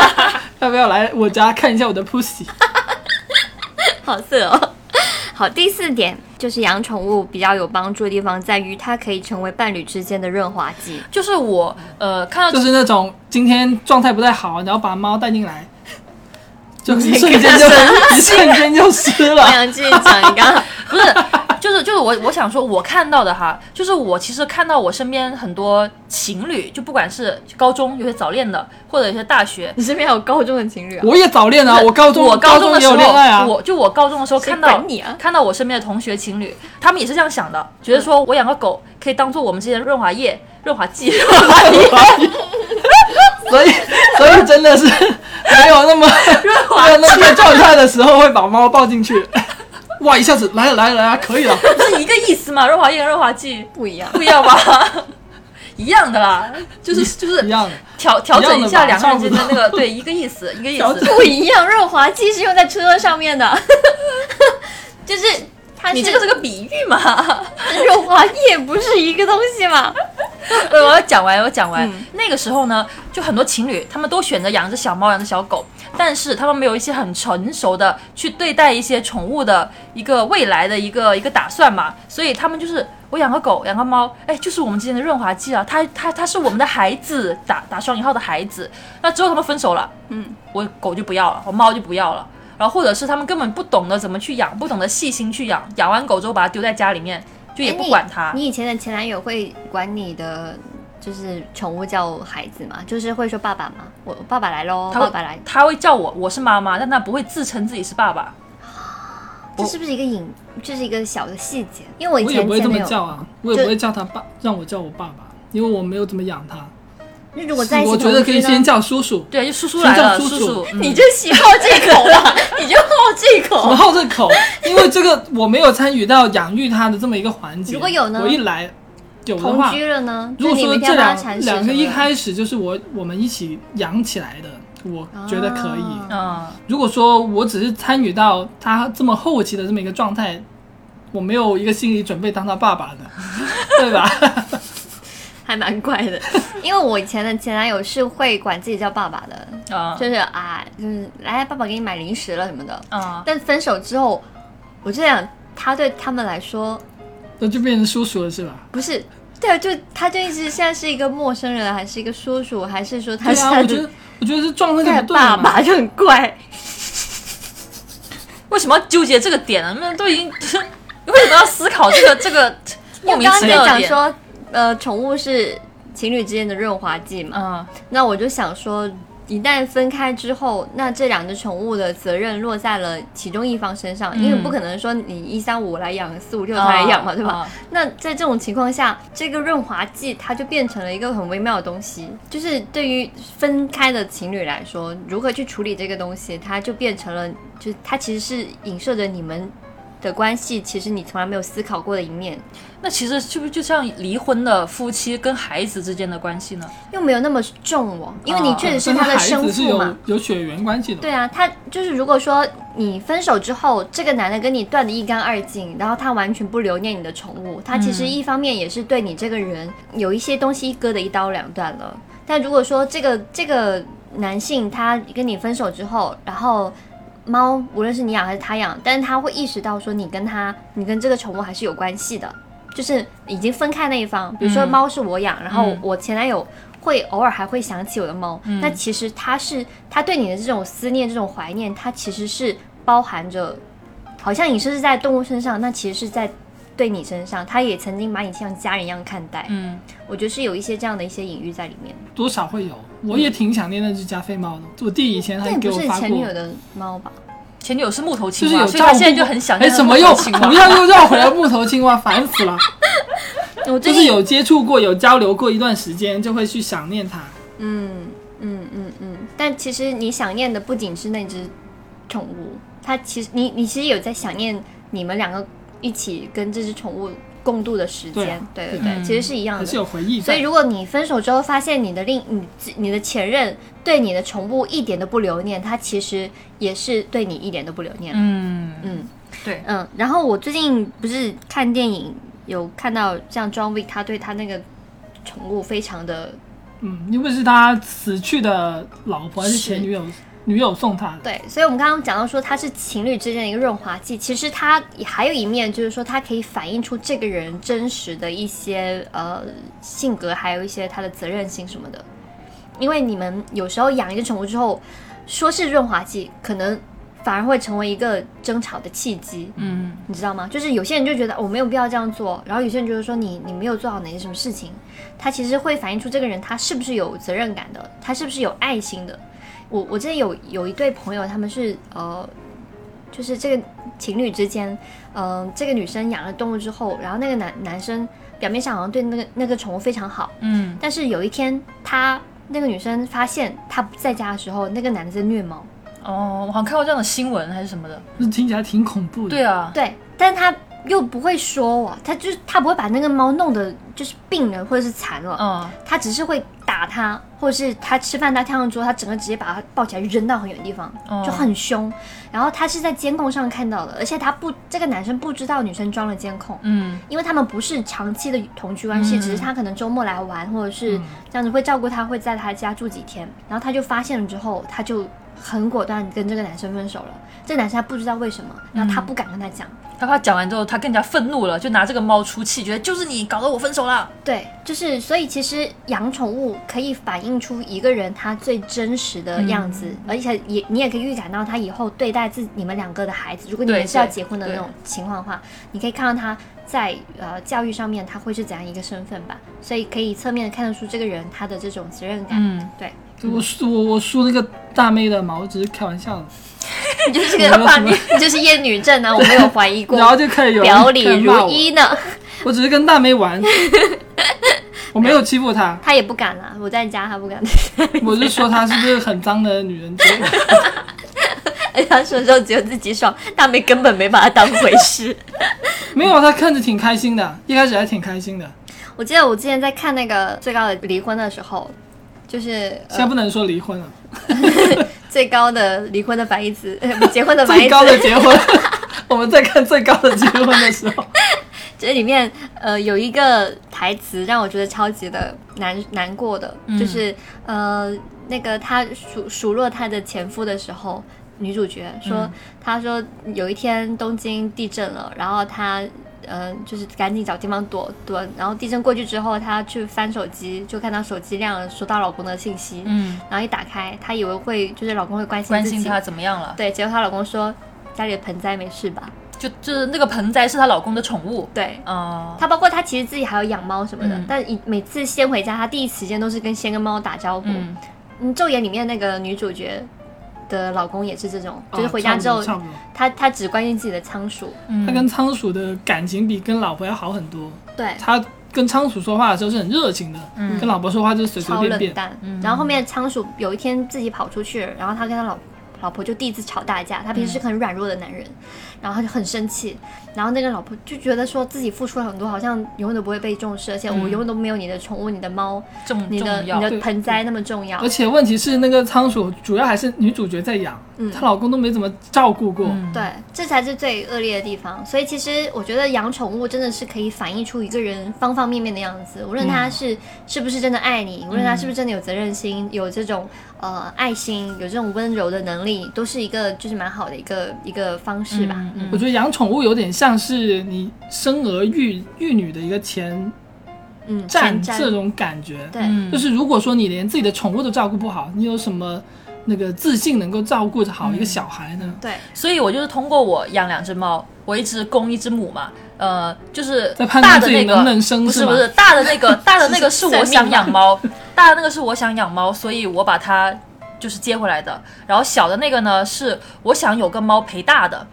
[SPEAKER 3] 要不要来我家看一下我的 pussy？
[SPEAKER 1] 好色哦。好，第四点就是养宠物比较有帮助的地方在于，它可以成为伴侣之间的润滑 剂。
[SPEAKER 2] 就是我呃看到
[SPEAKER 3] 就是那种今天状态不太好，然后把猫带进来，就一瞬
[SPEAKER 1] 这
[SPEAKER 3] 间
[SPEAKER 1] 个
[SPEAKER 3] 就一瞬间就湿
[SPEAKER 1] 我
[SPEAKER 3] 了。
[SPEAKER 1] 想继续讲你 刚刚
[SPEAKER 2] 不是， 就是就是我我想说，我看到的哈，就是我其实看到我身边很多情侣，就不管是高中有些早恋的，或者有些大学。
[SPEAKER 1] 你身边有高中的情侣啊？
[SPEAKER 3] 我也早恋啊，我高中
[SPEAKER 2] 我
[SPEAKER 3] 高
[SPEAKER 2] 中
[SPEAKER 3] 也
[SPEAKER 2] 的时
[SPEAKER 3] 有
[SPEAKER 2] 候，
[SPEAKER 3] 恋爱啊，
[SPEAKER 2] 我就我高中的时候
[SPEAKER 1] 谁
[SPEAKER 2] 看到
[SPEAKER 1] 管你 啊
[SPEAKER 2] 看到我身边的同学情侣，他们也是这样想的，觉得说我养个狗可以当做我们之间的润滑液、润滑剂。
[SPEAKER 3] 所以所以真的是没有那么没有那个状态的时候会把猫抱进去。哇，一下子来了来了来了，可 以了。
[SPEAKER 2] 不是一个意思嘛？润滑液跟润滑剂
[SPEAKER 1] 不一样，
[SPEAKER 2] 不一样吧？一样的啦，就是就是
[SPEAKER 3] 一样的，
[SPEAKER 2] 调调整一下
[SPEAKER 3] 一样的吧
[SPEAKER 2] 两个人之间的那
[SPEAKER 3] 差
[SPEAKER 2] 个对一个意思，一个意
[SPEAKER 3] 调
[SPEAKER 2] 思
[SPEAKER 3] 整。
[SPEAKER 1] 不一样。润滑剂是用在车上面的， 就是它是
[SPEAKER 2] 你这个是个比喻嘛？
[SPEAKER 1] 润滑液不是一个东西嘛？
[SPEAKER 2] 呃我我要讲完，我讲完。
[SPEAKER 1] 嗯
[SPEAKER 2] 那个时候呢，就很多情侣他们都选择养只小猫，养只小狗，但是他们没有一些很成熟的去对待一些宠物的一个未来的一个一个打算嘛，所以他们就是。我养个狗，养个猫，哎，就是我们之间的润滑剂啊！它它它是我们的孩子，打打双引号的孩子。那之后他们分手了，
[SPEAKER 1] 嗯，
[SPEAKER 2] 我狗就不要了，我猫就不要了。然后或者是他们根本不懂得怎么去养，不懂得细心去养，养完狗之后把它丢在家里面，就也
[SPEAKER 1] 哎
[SPEAKER 2] 不
[SPEAKER 1] 你
[SPEAKER 2] 管它。
[SPEAKER 1] 你以前的前男友会管你的就是宠物叫孩子吗？就是会说爸爸吗？我爸爸来喽，
[SPEAKER 2] 他会
[SPEAKER 1] 爸爸来，
[SPEAKER 2] 他会叫我我是妈妈，但他不会自称自己是爸爸。
[SPEAKER 1] 这是不是一个隐？这是一个小的细节，因为我以
[SPEAKER 3] 我也
[SPEAKER 1] 前
[SPEAKER 3] 不会
[SPEAKER 1] 前
[SPEAKER 3] 这么
[SPEAKER 1] 男友，
[SPEAKER 3] 叫啊，我也不会叫他爸，让我叫我爸爸，因为我没有怎么养他。
[SPEAKER 1] 那如果在一起，
[SPEAKER 3] 我觉得可以先。叫叔叔。
[SPEAKER 2] 对，就叔叔
[SPEAKER 3] 先
[SPEAKER 2] 来
[SPEAKER 3] 叫
[SPEAKER 2] 了，
[SPEAKER 3] 叔
[SPEAKER 2] 叔
[SPEAKER 3] 叔
[SPEAKER 2] 嗯
[SPEAKER 1] 你就喜好这口了， 你就好这
[SPEAKER 3] 我
[SPEAKER 1] 口。
[SPEAKER 3] 好这 口，因为这个我没有参与到养育它的这么一个环节。
[SPEAKER 1] 如果有呢
[SPEAKER 3] 我一来有的
[SPEAKER 1] 同
[SPEAKER 3] 话，
[SPEAKER 1] 居了呢？
[SPEAKER 3] 如果
[SPEAKER 1] 就你
[SPEAKER 3] 说
[SPEAKER 1] 每
[SPEAKER 3] 这
[SPEAKER 1] 天帮他
[SPEAKER 3] 两
[SPEAKER 1] 铲屎
[SPEAKER 3] 两
[SPEAKER 1] 什
[SPEAKER 3] 个
[SPEAKER 1] 么
[SPEAKER 3] 一
[SPEAKER 1] 的
[SPEAKER 3] 开始就是我我们一起养起来的，我觉得可
[SPEAKER 1] 啊
[SPEAKER 3] 以。
[SPEAKER 2] 嗯，
[SPEAKER 3] 如果说我只是参与到它这么后期的这么一个状态，我没有一个心理准备当他爸爸的， 对吧？
[SPEAKER 1] 还蛮怪的。 因为我以前的前男友是会管自己叫爸爸的，
[SPEAKER 2] 啊
[SPEAKER 1] 就是啊，就是来，爸爸给你买零食了什么的。
[SPEAKER 2] 啊，
[SPEAKER 1] 但分手之后，我就想，他对他们来说
[SPEAKER 3] 那就变成叔叔了是吧？
[SPEAKER 1] 不是。对啊，就他就一直现在是一个陌生人，还是一个叔叔，还是说他
[SPEAKER 3] 对
[SPEAKER 1] 现
[SPEAKER 3] 啊，
[SPEAKER 1] 在
[SPEAKER 3] 我觉得我觉得这状态就
[SPEAKER 1] 在
[SPEAKER 3] 不对了
[SPEAKER 1] 爸
[SPEAKER 3] 嘛。
[SPEAKER 1] 爸就很怪。
[SPEAKER 2] 为什么要纠结这个点呢？你们都已经， 你为什么要思考这 个这个莫
[SPEAKER 1] 我
[SPEAKER 2] 名
[SPEAKER 1] 刚刚
[SPEAKER 2] 其
[SPEAKER 1] 在
[SPEAKER 2] 妙的
[SPEAKER 1] 讲
[SPEAKER 2] 点？
[SPEAKER 1] 说，呃，宠物是情侣之间的润滑剂嘛，
[SPEAKER 2] 嗯，
[SPEAKER 1] 那我就想说，一旦分开之后，那这两只宠物的责任落在了其中一方身上，因为
[SPEAKER 2] 嗯
[SPEAKER 1] 不可能说你一三五来养，四五六他来
[SPEAKER 3] 哦
[SPEAKER 1] 养嘛，
[SPEAKER 2] 啊
[SPEAKER 1] 对吧？
[SPEAKER 2] 啊
[SPEAKER 1] 那在这种情况下，这个润滑剂它就变成了一个很微妙的东西，就是对于分开的情侣来说，如何去处理这个东西，它就变成了，就是它其实是影射着你们的关系，其实你从来没有思考过的一面，
[SPEAKER 2] 那其实是不是就像离婚的夫妻跟孩子之间的关系呢？
[SPEAKER 1] 又没有那么重哦，因为你
[SPEAKER 2] 哦
[SPEAKER 1] 确实是
[SPEAKER 3] 跟
[SPEAKER 1] 他的
[SPEAKER 3] 孩
[SPEAKER 1] 生
[SPEAKER 3] 子是
[SPEAKER 1] 父嘛
[SPEAKER 3] 有。有血缘关系的嘛。
[SPEAKER 1] 对啊，他就是如果说你分手之后，这个男的跟你断得一干二净，然后他完全不留恋你的宠物，他其实一方面也是对你这个人有一些东西割得一刀两断了。但如果说这个这个男性他跟你分手之后，然后猫无论是你养还是他养，但是他会意识到说你跟他你跟这个宠物还是有关系的，就是已经分开那一方，比如说
[SPEAKER 2] 嗯
[SPEAKER 1] 猫是我养，然后
[SPEAKER 2] 嗯
[SPEAKER 1] 我前男友会偶尔还会想起我的猫，那其实他是他对你的这种思念、这种怀念，他其实是包含着，好像你是在动物身上，那其实是在对你身上，他也曾经把你像家人一样看待，
[SPEAKER 2] 嗯，
[SPEAKER 1] 我觉得是有一些这样的一些隐喻在里面。
[SPEAKER 3] 多少会有。我也挺想念那只加菲猫的，我弟以前
[SPEAKER 1] 那
[SPEAKER 3] 还
[SPEAKER 1] 也
[SPEAKER 3] 哎给
[SPEAKER 1] 不
[SPEAKER 3] 我
[SPEAKER 1] 是你
[SPEAKER 3] 发
[SPEAKER 1] 前女
[SPEAKER 3] 过
[SPEAKER 1] 友，的猫吧？
[SPEAKER 2] 前女友是木头
[SPEAKER 3] 就
[SPEAKER 2] 青
[SPEAKER 3] 是有
[SPEAKER 2] 蛙，所以
[SPEAKER 3] 照
[SPEAKER 2] 他
[SPEAKER 3] 顾。
[SPEAKER 2] 现在就很想
[SPEAKER 3] 哎，
[SPEAKER 2] 念
[SPEAKER 3] 怎
[SPEAKER 2] 木
[SPEAKER 3] 么又
[SPEAKER 2] 头青
[SPEAKER 3] 我
[SPEAKER 2] 蛙
[SPEAKER 3] 们。要又绕回来木头青蛙，烦死了。
[SPEAKER 1] 我最
[SPEAKER 3] 就
[SPEAKER 1] 近
[SPEAKER 3] 是有接触过、有交流过一段时间，就会去想念它。
[SPEAKER 1] 嗯嗯嗯嗯，但其实你想念的不仅是那只宠物，它其实你你其实有在想念你们两个一起跟这只宠物共度的时
[SPEAKER 3] 对
[SPEAKER 1] 间
[SPEAKER 3] 啊，
[SPEAKER 1] 对
[SPEAKER 3] 对
[SPEAKER 1] 对对，
[SPEAKER 2] 嗯
[SPEAKER 1] 其实是一样
[SPEAKER 3] 还
[SPEAKER 1] 的。
[SPEAKER 3] 是有回忆在。
[SPEAKER 1] 所以，如果你分手之后发现你的另你自你的前任对你的宠物一点都不留念，他其实也是对你一点都不留念。
[SPEAKER 2] 嗯，
[SPEAKER 1] 嗯
[SPEAKER 2] 对，
[SPEAKER 1] 嗯。然后我最近不是看电影有看到像 John Wick，他对他那个宠物非常的
[SPEAKER 3] 嗯，因为是他死去的老婆还是前女友，女友送他的。
[SPEAKER 1] 对，所以我们刚刚讲到说它是情侣之间的一个润滑剂，其实它也还有一面就是说它可以反映出这个人真实的一些呃性格，还有一些他的责任心什么的。因为你们有时候养一个宠物之后，说是润滑剂，可能反而会成为一个争吵的契机。
[SPEAKER 2] 嗯，
[SPEAKER 1] 你知道吗？就是有些人就觉得我、没有必要这样做，然后有些人就是说你你没有做好哪些什么事情，他其实会反映出这个人他是不是有责任感的，他是不是有爱心的。我我之前有有一对朋友，他们是呃，就是这个情侣之间，嗯、这个女生养了动物之后，然后那个男男生表面上好像对那个那个宠物非常好，
[SPEAKER 2] 嗯，
[SPEAKER 1] 但是有一天他那个女生发现他不在家的时候，那个男的在虐猫。
[SPEAKER 2] 哦，我好像看过这样的新闻还是什么的。
[SPEAKER 3] 那听起来挺恐怖的。
[SPEAKER 2] 对啊，
[SPEAKER 1] 对，但他又不会说我，他就是他不会把那个猫弄得就是病了或者是残了，
[SPEAKER 2] 嗯，
[SPEAKER 1] 他只是会打它，或者是他吃饭他跳上桌，他整个直接把它抱起来扔到很远的地方，
[SPEAKER 2] 哦
[SPEAKER 1] 就很凶。然后他是在监控上看到的，而且他不这个男生不知道女生装了监控。
[SPEAKER 2] 嗯，
[SPEAKER 1] 因为他们不是长期的同居关系，
[SPEAKER 2] 嗯
[SPEAKER 1] 只是他可能周末来玩，或者是这样子会照顾他，会在他家住几天。然后他就发现了之后，他就很果断地跟这个男生分手了。这个男生他不知道为什么，然
[SPEAKER 2] 嗯
[SPEAKER 1] 后他不敢跟他讲，
[SPEAKER 2] 他怕讲完之后他更加愤怒了，就拿这个猫出气，觉得就是你搞得我分手了。
[SPEAKER 1] 对，就是所以其实养宠物可以反映出一个人他最真实的样子，
[SPEAKER 2] 嗯
[SPEAKER 1] 而且也你也可以预感到他以后对待自你们两个的孩子，如果你
[SPEAKER 2] 对
[SPEAKER 1] 们是要
[SPEAKER 2] 对
[SPEAKER 1] 结婚的
[SPEAKER 2] 对
[SPEAKER 1] 那种情况的话，你可以看到他在呃教育上面他会是怎样一个身份吧，所以可以侧面地看得出这个人他的这种责任感。
[SPEAKER 2] 嗯，
[SPEAKER 1] 对，
[SPEAKER 3] 对，我梳我我梳那个大妹的毛，只是开玩笑的。
[SPEAKER 1] 你就是
[SPEAKER 3] 我没有
[SPEAKER 1] 个
[SPEAKER 3] 什 么
[SPEAKER 1] 你就是厌女症啊，我没有怀疑过
[SPEAKER 3] 然，后就开始有人
[SPEAKER 1] 表里
[SPEAKER 3] 开始骂
[SPEAKER 1] 如
[SPEAKER 3] 我，
[SPEAKER 1] 一呢，
[SPEAKER 3] 我只是跟大 妹玩，我没有欺负她，
[SPEAKER 1] 他也不敢啦，我在家他不敢，
[SPEAKER 3] 我就说她是不是很脏的女人之类的。
[SPEAKER 1] 而且他说之后只有自己爽，大梅根本没把他当回事。
[SPEAKER 3] 没有，她看着挺开心的，一开始还挺开
[SPEAKER 1] 呃
[SPEAKER 3] 心的。
[SPEAKER 1] 我记得我之前在看那个《最高的离婚》的时候，就是、
[SPEAKER 3] 现在
[SPEAKER 1] 呃、
[SPEAKER 3] 不能说离婚了，
[SPEAKER 1] 最高的离婚的反义词，呃不结婚的反义
[SPEAKER 3] 最
[SPEAKER 1] 词，
[SPEAKER 3] 高的结婚， 我们在看最高的结婚的时候，
[SPEAKER 1] 这里面呃有一个台词让我觉得超级的难难过的，就是呃那个她数数落她的前夫的时候，女主角说，她说有一天东京地震了，然后她。呃，就是赶紧找地方躲躲，然后地震过去之后，她去翻手机，就看到手机亮了，收到老公的信息，
[SPEAKER 2] 嗯，
[SPEAKER 1] 然后一打开，她以为会就是老公会关心
[SPEAKER 2] 关
[SPEAKER 1] 自己，
[SPEAKER 2] 心她怎么样了？
[SPEAKER 1] 对，结果她老公说家里的盆栽没事吧？
[SPEAKER 2] 就就是那个盆栽是她老公的宠物，
[SPEAKER 1] 对，
[SPEAKER 2] 哦、
[SPEAKER 1] 她包括她其实自己还有养猫什么的，
[SPEAKER 2] 嗯
[SPEAKER 1] 但一每次先回家，她第一时间都是跟先跟猫打招呼。
[SPEAKER 2] 嗯，
[SPEAKER 1] 嗯，昼颜里面那个女主角的老公也是这种， 就是
[SPEAKER 3] 哦
[SPEAKER 1] 回家之后，
[SPEAKER 3] 差不多差不多
[SPEAKER 1] 他他只关心自己的仓鼠。
[SPEAKER 2] 嗯
[SPEAKER 3] 他跟仓鼠的感情比跟老婆要好很多。
[SPEAKER 1] 对，
[SPEAKER 3] 他跟仓鼠说话的时候是很热情的，
[SPEAKER 2] 嗯
[SPEAKER 3] 跟老婆说话就随随
[SPEAKER 1] 超
[SPEAKER 3] 便
[SPEAKER 1] 冷
[SPEAKER 3] 便。
[SPEAKER 1] 淡。然后后面仓鼠有一天自己跑出去，然后他跟他老老婆就第一次吵大架。他平
[SPEAKER 2] 嗯
[SPEAKER 1] 时是个很软弱的男人，然后他就很生气。然后那个老婆就觉得说自己付出了很多，好像永远都不会被重视，而且我永远都没有你的宠物、你的猫、
[SPEAKER 2] 重
[SPEAKER 1] 你的
[SPEAKER 2] 嗯重
[SPEAKER 1] 你
[SPEAKER 2] 要，
[SPEAKER 1] 的盆栽那么重要
[SPEAKER 3] 而。且问题是，那个仓鼠主要还是女主角在养，
[SPEAKER 1] 嗯
[SPEAKER 3] 她老公都没怎么照顾过。
[SPEAKER 2] 嗯
[SPEAKER 1] 对，这才是最恶劣的地方。所以其实我觉得养宠物真的是可以反映出一个人方方面面的样子，无论
[SPEAKER 3] 嗯
[SPEAKER 1] 他是、是不是真的爱你，无论他是不是真的有责任心，有这种呃爱心，有这种温柔的能力，都是一个就是蛮好的一个一个方式吧。
[SPEAKER 2] 嗯嗯
[SPEAKER 3] 我觉得养宠物有点像是你生儿育育女的一个前
[SPEAKER 1] 嗯，
[SPEAKER 3] 站
[SPEAKER 1] 前瞻
[SPEAKER 3] 这种感觉。
[SPEAKER 1] 对，
[SPEAKER 2] 嗯
[SPEAKER 3] 就是如果说你连自己的宠物都照顾不好，你有什么那个自信能够照顾好一个小孩
[SPEAKER 2] 嗯
[SPEAKER 3] 呢？
[SPEAKER 1] 对，
[SPEAKER 2] 所以我就是通过我养两只猫，我一只公一只母嘛，呃，就是
[SPEAKER 3] 在判
[SPEAKER 2] 大
[SPEAKER 3] 断
[SPEAKER 2] 的
[SPEAKER 3] 自
[SPEAKER 2] 那
[SPEAKER 3] 己
[SPEAKER 2] 个
[SPEAKER 3] 能不能生
[SPEAKER 2] 不
[SPEAKER 3] 是
[SPEAKER 2] 是
[SPEAKER 3] 吗
[SPEAKER 2] 不是大的那 个大的那个是
[SPEAKER 1] 算
[SPEAKER 2] 我
[SPEAKER 1] 命
[SPEAKER 2] 想
[SPEAKER 1] 吗
[SPEAKER 2] 养猫， 大的那个是我想养猫，所以我把它就是接回来的。然后小的那个呢是我想有个猫陪大的，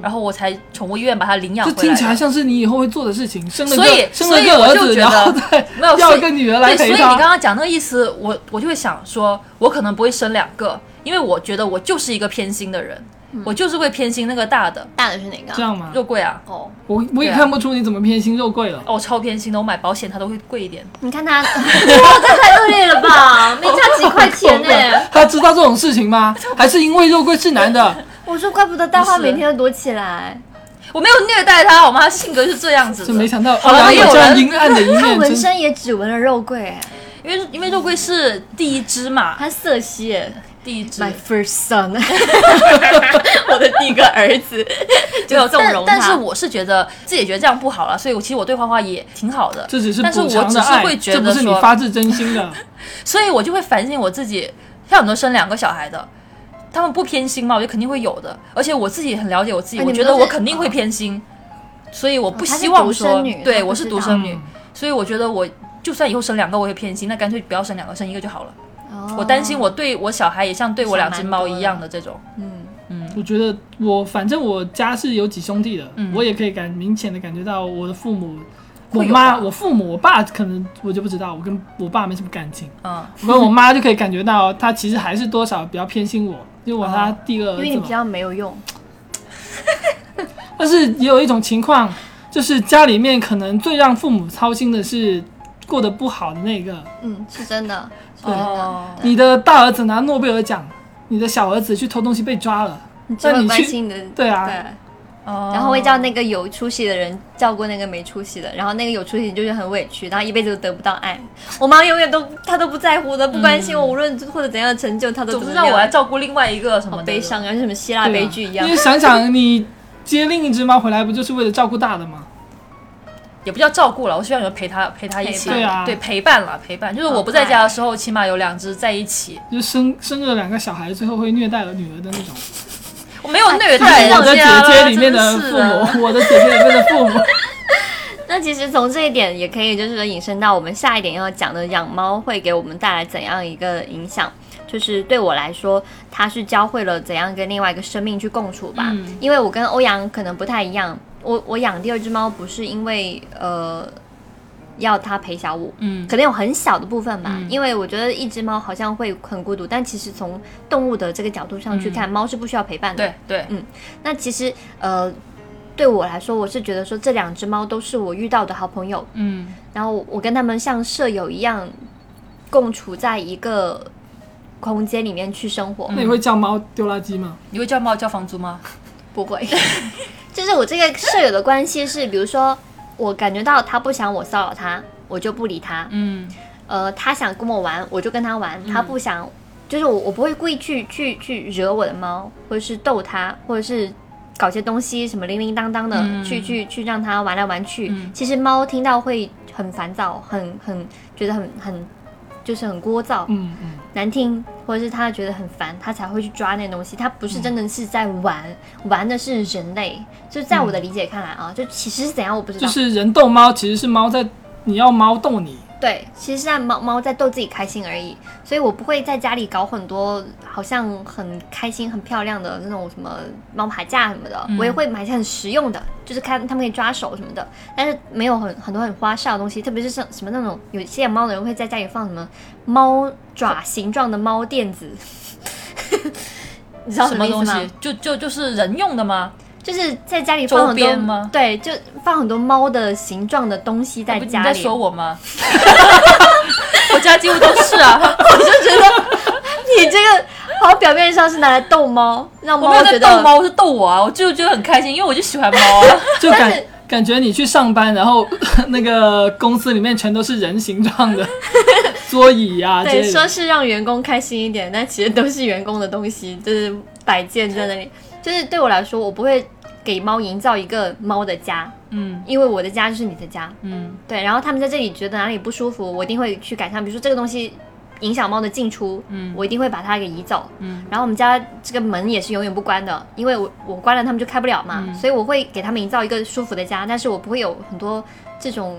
[SPEAKER 2] 然后我才宠物医院把它领养
[SPEAKER 3] 这
[SPEAKER 2] 回来的。
[SPEAKER 3] 嗯听起来像是你以后会做的事情，生了
[SPEAKER 2] 所以
[SPEAKER 3] 个生了
[SPEAKER 2] 所以
[SPEAKER 3] 个
[SPEAKER 2] 我
[SPEAKER 3] 儿
[SPEAKER 2] 就
[SPEAKER 3] 子，
[SPEAKER 2] 觉
[SPEAKER 3] 然后
[SPEAKER 2] 得
[SPEAKER 3] 再
[SPEAKER 2] 没有
[SPEAKER 3] 要
[SPEAKER 2] 所以
[SPEAKER 3] 一个女儿来
[SPEAKER 2] 对，所以
[SPEAKER 3] 陪
[SPEAKER 2] 你刚
[SPEAKER 3] 他。
[SPEAKER 2] 刚讲那个意思，我我就会想说，我可能不会生两个，因为我觉得我就是一个偏心的人，
[SPEAKER 3] 嗯
[SPEAKER 2] 我就是会偏心那个大的
[SPEAKER 1] 大的是哪个啊？
[SPEAKER 3] 这样吗？
[SPEAKER 2] 肉桂啊。
[SPEAKER 1] 哦，
[SPEAKER 3] 我我也
[SPEAKER 2] 对啊
[SPEAKER 3] 看不出你怎么偏心肉桂了。
[SPEAKER 2] 哦，超偏心的，我买保险它都会贵一点。
[SPEAKER 1] 你看他，哇， 这太恶劣了吧，没差几块钱呢、
[SPEAKER 3] 哦
[SPEAKER 2] 欸
[SPEAKER 3] 他知道这种事 情吗？还是因为肉桂是男的，
[SPEAKER 1] 我说怪不得大花
[SPEAKER 2] 不是
[SPEAKER 1] 每天都躲起来。
[SPEAKER 2] 我没有虐待它，好吗？它性格是这样子
[SPEAKER 3] 就没
[SPEAKER 2] 的。
[SPEAKER 3] 想到
[SPEAKER 2] 好了
[SPEAKER 3] 原来有
[SPEAKER 2] 有
[SPEAKER 3] 这样
[SPEAKER 2] 人
[SPEAKER 3] 阴暗 的一
[SPEAKER 1] 他
[SPEAKER 3] 面，
[SPEAKER 1] 纹
[SPEAKER 3] 真的
[SPEAKER 1] 身也只纹了肉桂、哎
[SPEAKER 2] 因为因为肉桂是第一只嘛，
[SPEAKER 1] 他色系、哎
[SPEAKER 2] 第一只
[SPEAKER 1] My first son，我的第一个儿子，
[SPEAKER 2] 就有这种容
[SPEAKER 1] 但
[SPEAKER 2] 但
[SPEAKER 1] 但
[SPEAKER 2] 是
[SPEAKER 1] 是
[SPEAKER 2] 我是觉得自己觉得这样不好了，所以我其实我对花花也挺好的。
[SPEAKER 3] 这只是
[SPEAKER 2] 但是
[SPEAKER 3] 补
[SPEAKER 2] 我
[SPEAKER 3] 偿
[SPEAKER 2] 只
[SPEAKER 3] 的
[SPEAKER 2] 是
[SPEAKER 3] 爱，
[SPEAKER 2] 会觉
[SPEAKER 3] 这
[SPEAKER 2] 得
[SPEAKER 3] 不是你
[SPEAKER 2] 说
[SPEAKER 3] 发自真 心的。
[SPEAKER 2] 所以我就会反省我自己，像很多生两个小孩的，他们不偏心嘛，我觉得肯定会有的。而且我自己很了解我自己，
[SPEAKER 1] 啊你
[SPEAKER 2] 我
[SPEAKER 1] 们
[SPEAKER 2] 觉
[SPEAKER 1] 都
[SPEAKER 2] 得我
[SPEAKER 1] 是
[SPEAKER 2] 肯定会偏心，所以我不
[SPEAKER 1] 哦她是
[SPEAKER 2] 希望
[SPEAKER 1] 独
[SPEAKER 2] 说，
[SPEAKER 1] 生女
[SPEAKER 2] 对
[SPEAKER 1] 她不
[SPEAKER 2] 我是
[SPEAKER 1] 知
[SPEAKER 2] 独嗯
[SPEAKER 1] 道
[SPEAKER 2] 生
[SPEAKER 3] 嗯
[SPEAKER 2] 女，所以我觉得我就算以后生两个我也偏心，那干脆不要生两个，生一个就好了。
[SPEAKER 1] 哦
[SPEAKER 2] 我担心我对我小孩也像对我两只猫一样
[SPEAKER 1] 想
[SPEAKER 2] 的这种，
[SPEAKER 1] 嗯，
[SPEAKER 3] 我觉得我反正我家是有几兄弟的，
[SPEAKER 2] 嗯
[SPEAKER 3] 我也可以感明显的感觉到我的父母。我
[SPEAKER 2] 会有
[SPEAKER 3] 妈、
[SPEAKER 2] 吧
[SPEAKER 3] 我父母、我爸，可能我就不知道，我跟我爸没什么感 情。
[SPEAKER 2] 嗯，
[SPEAKER 3] 我跟我妈就可以感觉到，她其实还是多少比较偏心我，因为我是她
[SPEAKER 2] 哦
[SPEAKER 3] 第二
[SPEAKER 1] 因
[SPEAKER 3] 儿
[SPEAKER 1] 为你
[SPEAKER 3] 子
[SPEAKER 1] 比
[SPEAKER 3] 嘛。
[SPEAKER 1] 较没有用，
[SPEAKER 3] 但是也有一种情况，就是家里面可能最让父母操心的是过得不好的那个，
[SPEAKER 1] 嗯，是真的，是真的，
[SPEAKER 2] 哦，
[SPEAKER 3] 你的大儿子拿诺贝尔奖，你的小儿子去偷东西被抓了，
[SPEAKER 1] 你只会
[SPEAKER 3] 你
[SPEAKER 1] 关
[SPEAKER 3] 去
[SPEAKER 1] 心你的
[SPEAKER 3] 对啊
[SPEAKER 1] 然
[SPEAKER 2] 然
[SPEAKER 1] 后会叫那个有出息的人照顾那个没出息的，然后那个有出息就是很委屈，然后一辈子都得不到爱。我妈永远都她都不在乎的，不关心我，无论获得怎样的成就，她
[SPEAKER 2] 哦
[SPEAKER 1] 都
[SPEAKER 2] 总
[SPEAKER 1] 怎
[SPEAKER 2] 是
[SPEAKER 1] 么
[SPEAKER 2] 嗯让我来
[SPEAKER 1] 样，
[SPEAKER 2] 照顾另外一个什么
[SPEAKER 1] 好
[SPEAKER 2] 的
[SPEAKER 1] 悲伤，啊，像什么希腊
[SPEAKER 3] 对啊
[SPEAKER 1] 悲剧一样
[SPEAKER 3] 因为。想想你接另一只猫回来，不就是为了照顾大的吗？
[SPEAKER 2] 也不叫照顾了，我希望有人陪他陪他一起，
[SPEAKER 1] 陪伴
[SPEAKER 3] 对啊
[SPEAKER 2] 陪伴了陪伴，就是我不在家的时候，起码有两只在一起，
[SPEAKER 3] 就生生了两个小孩，最后会虐待了女儿的那种。
[SPEAKER 2] 我没有虐待
[SPEAKER 1] 哎
[SPEAKER 2] 人
[SPEAKER 1] 呀
[SPEAKER 2] 家
[SPEAKER 3] 我的姐
[SPEAKER 2] 啦
[SPEAKER 3] 姐里面
[SPEAKER 2] 真是
[SPEAKER 3] 父母，我的姐姐里面的父母，
[SPEAKER 1] 那其实从这一点也可以，就是说引申到我们下一点要讲的养猫会给我们带来怎样一个影响。就是对我来说，它是教会了怎样跟另外一个生命去共处吧。
[SPEAKER 2] 嗯
[SPEAKER 1] 因为我跟欧阳可能不太一样，我我养第二只猫不是因为呃要它陪小我，
[SPEAKER 2] 嗯
[SPEAKER 1] 可能有很小的部分吧，
[SPEAKER 2] 嗯
[SPEAKER 1] 因为我觉得一只猫好像会很孤独，但其实从动物的这个角度上去
[SPEAKER 2] 嗯
[SPEAKER 1] 看，猫是不需要陪伴的。
[SPEAKER 2] 对对，
[SPEAKER 1] 那其实呃，对我来说，我是觉得说这两只猫都是我遇到的好朋友，
[SPEAKER 2] 嗯
[SPEAKER 1] 然后我跟它们像舍友一样共处在一个空间里
[SPEAKER 3] 嗯
[SPEAKER 1] 面去生活。
[SPEAKER 3] 那你会叫猫丢垃圾吗？
[SPEAKER 2] 你会叫猫交房租吗？
[SPEAKER 1] 不会， 就是我这个舍友的关系是，比如说我感觉到他不想我骚扰他，我就不理他。
[SPEAKER 2] 嗯，
[SPEAKER 1] 呃，他想跟我玩，我就跟他玩；他不想，就是我我不会故意去去去惹我的猫，或者是逗它，或者是搞些东西什么铃铃当当的，
[SPEAKER 2] 嗯
[SPEAKER 1] 去去去让它玩来玩去。
[SPEAKER 2] 嗯
[SPEAKER 1] 其实猫听到会很烦躁，很很觉得很很就是很聒噪、
[SPEAKER 3] 嗯嗯，
[SPEAKER 1] 难听，或者是它觉得很烦，它才会去抓那东西。它不是真的是在玩，
[SPEAKER 2] 嗯
[SPEAKER 1] 玩的是人类。就在我的理解看来啊，就其实是怎样我不知道，
[SPEAKER 3] 就是人逗猫，其实是猫在你要猫逗你，
[SPEAKER 1] 对，其实是在猫猫在逗自己开心而已，所以我不会在家里搞很多好像很开心、很漂亮的那种什么猫爬架什么的，
[SPEAKER 2] 嗯
[SPEAKER 1] 我也会买一些很实用的，就是看它们可以抓手什么的，但是没有很很多很花哨的东西，特别是像什么那种有些养猫的人会在家里放什么猫爪形状的猫垫子， 你知道
[SPEAKER 2] 什么
[SPEAKER 1] 意思
[SPEAKER 2] 东
[SPEAKER 1] 吗
[SPEAKER 2] 西？就就就是人用的吗？
[SPEAKER 1] 就是在家里放很
[SPEAKER 2] 周
[SPEAKER 1] 多
[SPEAKER 2] 边吗哦
[SPEAKER 1] 对，就放很多猫的形状的东西在
[SPEAKER 2] 哎不你
[SPEAKER 1] 家里。
[SPEAKER 2] 在说我吗？ 我家几乎都是啊，
[SPEAKER 1] 你这个好像表面上是拿来逗猫，让
[SPEAKER 2] 我
[SPEAKER 1] 猫
[SPEAKER 2] 没有在
[SPEAKER 1] 觉
[SPEAKER 2] 逗
[SPEAKER 1] 得
[SPEAKER 2] 猫，我是逗我啊，我就觉得很开心，因为我就喜欢猫 啊。
[SPEAKER 3] 就感感觉你去上班，然后那个公司里面全都是人形状的桌椅啊之
[SPEAKER 1] 对，
[SPEAKER 3] 类
[SPEAKER 1] 说
[SPEAKER 3] 的，
[SPEAKER 1] 是让员工开心一点，但其实都是员工的东西，就是摆件在那里。就是对我来说，我不会给猫营造一个猫的家，
[SPEAKER 2] 嗯
[SPEAKER 1] 因为我的家就是你的家。
[SPEAKER 2] 嗯
[SPEAKER 1] 对，然后他们在这里觉得哪里不舒服，我一定会去改善。比如说这个东西影响猫的进出，
[SPEAKER 2] 嗯
[SPEAKER 1] 我一定会把它给移走。
[SPEAKER 2] 嗯
[SPEAKER 1] 然后我们家这个门也是永远不关的，因为我我关了他们就开不了嘛，
[SPEAKER 2] 嗯
[SPEAKER 1] 所以我会给他们营造一个舒服的家，但是我不会有很多这种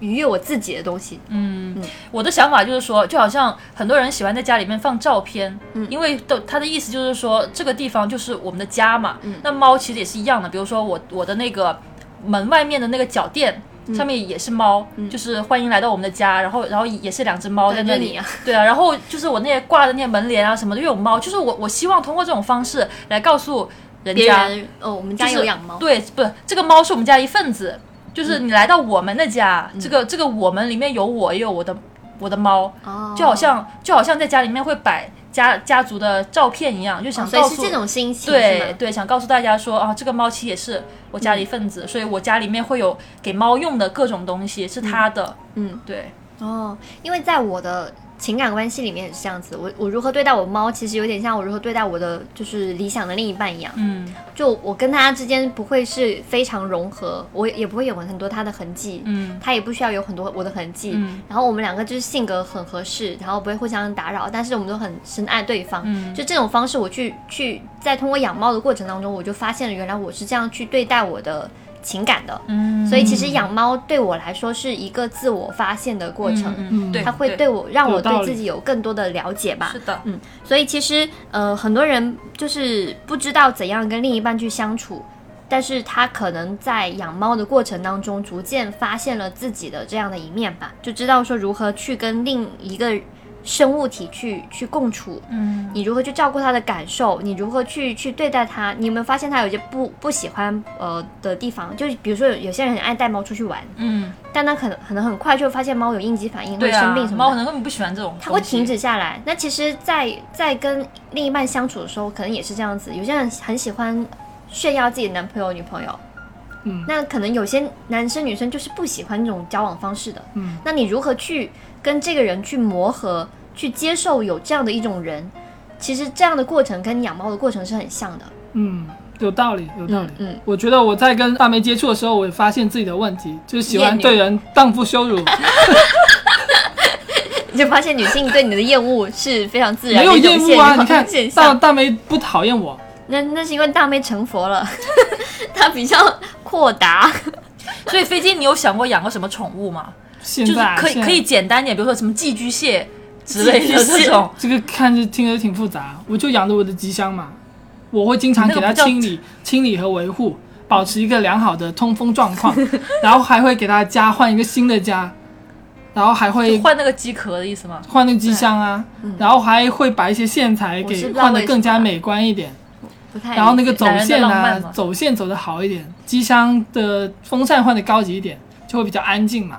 [SPEAKER 1] 愉悦我自己的东西。
[SPEAKER 2] 嗯，我的想法就是说，就好像很多人喜欢在家里面放照片，因为都他的意思就是说，这个地方就是我们的家嘛。那猫其实也是一样的，比如说我我的那个门外面的那个脚垫。上面也是猫，就是欢迎来到我们的家，然后然后也是两只猫在那
[SPEAKER 1] 对就
[SPEAKER 2] 里，
[SPEAKER 1] 你啊
[SPEAKER 2] 嗯 对啊，然后就是我那些挂的那些门帘啊什么的，又有猫，就是我我希望通过这种方式来告诉人
[SPEAKER 1] 别
[SPEAKER 2] 家，
[SPEAKER 1] 人哦，我们
[SPEAKER 2] 就
[SPEAKER 1] 家
[SPEAKER 2] 是
[SPEAKER 1] 有养猫，
[SPEAKER 2] 对，不，这个猫是我们家一份子，就是
[SPEAKER 1] 嗯
[SPEAKER 2] 你来到我们的家，这个这个我们里面有我，也有我的我的猫，
[SPEAKER 1] 哦，
[SPEAKER 2] 就好像就好像在家里面会摆家家族的照片一样，就想
[SPEAKER 1] 哦所以
[SPEAKER 2] 告
[SPEAKER 1] 是
[SPEAKER 2] 诉、
[SPEAKER 1] 这种心情
[SPEAKER 2] 对
[SPEAKER 1] 是吗？
[SPEAKER 2] 对，想告诉大家说啊，这个猫其实也是我家的一份
[SPEAKER 1] 嗯
[SPEAKER 2] 子，所以我家里面会有给猫用的各种东西，是它的，
[SPEAKER 1] 嗯，
[SPEAKER 2] 对，
[SPEAKER 1] 哦，因为在我的情感关系里面也是这样子，我我如何对待我猫，其实有点像我如何对待我的就是理想的另一半一样。
[SPEAKER 2] 嗯
[SPEAKER 1] 就我跟他之间不会是非常融合，我也不会有很多他的痕迹，
[SPEAKER 2] 嗯
[SPEAKER 1] 他也不需要有很多我的痕迹。
[SPEAKER 2] 嗯
[SPEAKER 1] 然后我们两个就是性格很合适，然后不会互相打扰，但是我们都很深爱对方。
[SPEAKER 2] 嗯
[SPEAKER 1] 就这种方式，我去去在通过养猫的过程当中，我就发现了原来我是这样去对待我的情感的。
[SPEAKER 2] 嗯，
[SPEAKER 1] 所以其实养猫对我来说是一个自我发现的过程，
[SPEAKER 2] 嗯嗯对，
[SPEAKER 1] 它会
[SPEAKER 2] 对
[SPEAKER 1] 对我让我
[SPEAKER 3] 有道
[SPEAKER 1] 对
[SPEAKER 3] 理
[SPEAKER 1] 自己有更多的了解吧
[SPEAKER 2] 是。的，
[SPEAKER 1] 嗯，所以其实呃，很多人就是不知道怎样跟另一半去相处，但是他可能在养猫的过程当中，逐渐发现了自己的这样的一面吧，就知道说如何去跟另一个生物体去去共处。
[SPEAKER 2] 嗯
[SPEAKER 1] 你如何去照顾他的感受？你如何去去对待他？你有没有发现他有些不不喜欢呃的地方？就是比如说有有些人很爱带猫出去玩，
[SPEAKER 2] 嗯，
[SPEAKER 1] 但他可能可能很快就发现猫有应激反应，
[SPEAKER 2] 对
[SPEAKER 1] 会
[SPEAKER 2] 啊
[SPEAKER 1] 生病什，么的。
[SPEAKER 2] 猫可能根本不喜欢这种东西，
[SPEAKER 1] 他会停止下来。那其实在，在跟另一半相处的时候，可能也是这样子。有些人很喜欢炫耀自己的男朋友、女朋友，
[SPEAKER 3] 嗯
[SPEAKER 1] 那可能有些男生女生就是不喜欢这种交往方式的。
[SPEAKER 3] 嗯，
[SPEAKER 1] 那你如何去跟这个人去磨合，去接受有这样的一种人？其实这样的过程跟养猫的过程是很像的。
[SPEAKER 3] 嗯，有道理，有道理。
[SPEAKER 1] 嗯嗯
[SPEAKER 3] 我觉得我在跟大梅接触的时候，我也发现自己的问题，就是喜
[SPEAKER 2] 厌
[SPEAKER 3] 欢
[SPEAKER 2] 女
[SPEAKER 3] 对人荡妇羞辱，
[SPEAKER 1] 你就发现女性对你的厌恶是非常自然的
[SPEAKER 3] 没有
[SPEAKER 1] 一种
[SPEAKER 3] 厌
[SPEAKER 1] 现
[SPEAKER 3] 恶啊！
[SPEAKER 1] 象。
[SPEAKER 3] 你看
[SPEAKER 1] 现
[SPEAKER 3] 大
[SPEAKER 1] 象
[SPEAKER 3] 大梅不讨厌我，
[SPEAKER 1] 那那是因为大妹成佛了， 她比较豁达。
[SPEAKER 2] 所以飞机，你有想过养个什么宠物吗？
[SPEAKER 3] 现
[SPEAKER 2] 就是
[SPEAKER 3] 在啊
[SPEAKER 2] 可以
[SPEAKER 3] 现在
[SPEAKER 2] 可以简单点，比如说什么寄居蟹之 类的这种。
[SPEAKER 3] 这个看着听着挺复杂，我就养着我的吉祥嘛，我会经常给它
[SPEAKER 2] 那个不叫
[SPEAKER 3] 清 理、清理和维护，保持一个良好的通风状 况，然后还会给它家换一个新的家，然后还
[SPEAKER 2] 就
[SPEAKER 3] 会
[SPEAKER 2] 换那嗯个机壳的意思吗？
[SPEAKER 3] 换那个机箱啊，然后还会把一些线材
[SPEAKER 1] 我是
[SPEAKER 3] 给
[SPEAKER 1] 不知道
[SPEAKER 3] 换的
[SPEAKER 1] 为什
[SPEAKER 3] 更
[SPEAKER 2] 啊
[SPEAKER 3] 加
[SPEAKER 1] 么
[SPEAKER 3] 美观一点，
[SPEAKER 1] 不太
[SPEAKER 3] 然后那个
[SPEAKER 1] 理解
[SPEAKER 3] 走
[SPEAKER 2] 男人
[SPEAKER 3] 线
[SPEAKER 2] 的浪漫
[SPEAKER 3] 啊
[SPEAKER 2] 嘛，
[SPEAKER 3] 走线走的好一点，机箱的风扇换的高级一点，就会比较安静 嘛。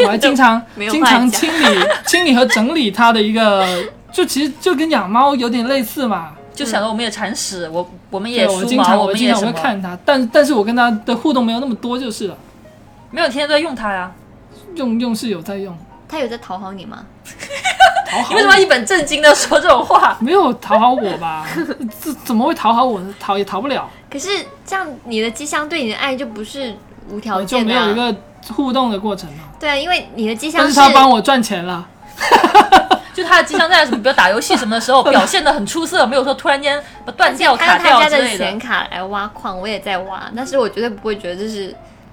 [SPEAKER 3] 我还经常
[SPEAKER 1] 没有
[SPEAKER 3] 经
[SPEAKER 1] 话
[SPEAKER 3] 常
[SPEAKER 1] 讲
[SPEAKER 3] 清理清理和整理它的一个，就其实就跟养猫有点类似嘛。
[SPEAKER 2] 就想着我们也铲屎，我我们也
[SPEAKER 3] 对，我
[SPEAKER 2] 梳
[SPEAKER 3] 经
[SPEAKER 2] 毛，
[SPEAKER 3] 常
[SPEAKER 2] 我们
[SPEAKER 3] 经
[SPEAKER 2] 也
[SPEAKER 3] 常
[SPEAKER 2] 什
[SPEAKER 3] 会
[SPEAKER 2] 么，
[SPEAKER 3] 看他，但但是我跟他的互动没有那么多就是了，
[SPEAKER 2] 没有天天都在用它呀。
[SPEAKER 3] 用用是有在用，
[SPEAKER 1] 他有在讨好你吗？
[SPEAKER 3] 讨好
[SPEAKER 2] 你为什么要一本正经的说这种话？
[SPEAKER 3] 没有讨好我吧？ 这怎么会讨好我呢？讨也讨不了，
[SPEAKER 1] 可是这样，你的机箱对你的爱就不是无条
[SPEAKER 3] 就
[SPEAKER 1] 件
[SPEAKER 3] 没
[SPEAKER 1] 的、
[SPEAKER 3] 有一
[SPEAKER 1] 啊。
[SPEAKER 3] 个互动的过程嘛。
[SPEAKER 1] 对啊，因为你的机
[SPEAKER 3] 但
[SPEAKER 1] 箱
[SPEAKER 3] 是
[SPEAKER 1] 是
[SPEAKER 3] 他帮我赚钱了，
[SPEAKER 2] 就他的机箱在什么，比如打游戏什么的时候表现的很出色，没有说突然间断掉、
[SPEAKER 1] 他
[SPEAKER 2] 卡
[SPEAKER 1] 用他
[SPEAKER 2] 掉
[SPEAKER 1] 家
[SPEAKER 2] 之
[SPEAKER 1] 的
[SPEAKER 2] 类的
[SPEAKER 1] 显。卡来挖矿，我也在挖，但是我绝对不会觉得这是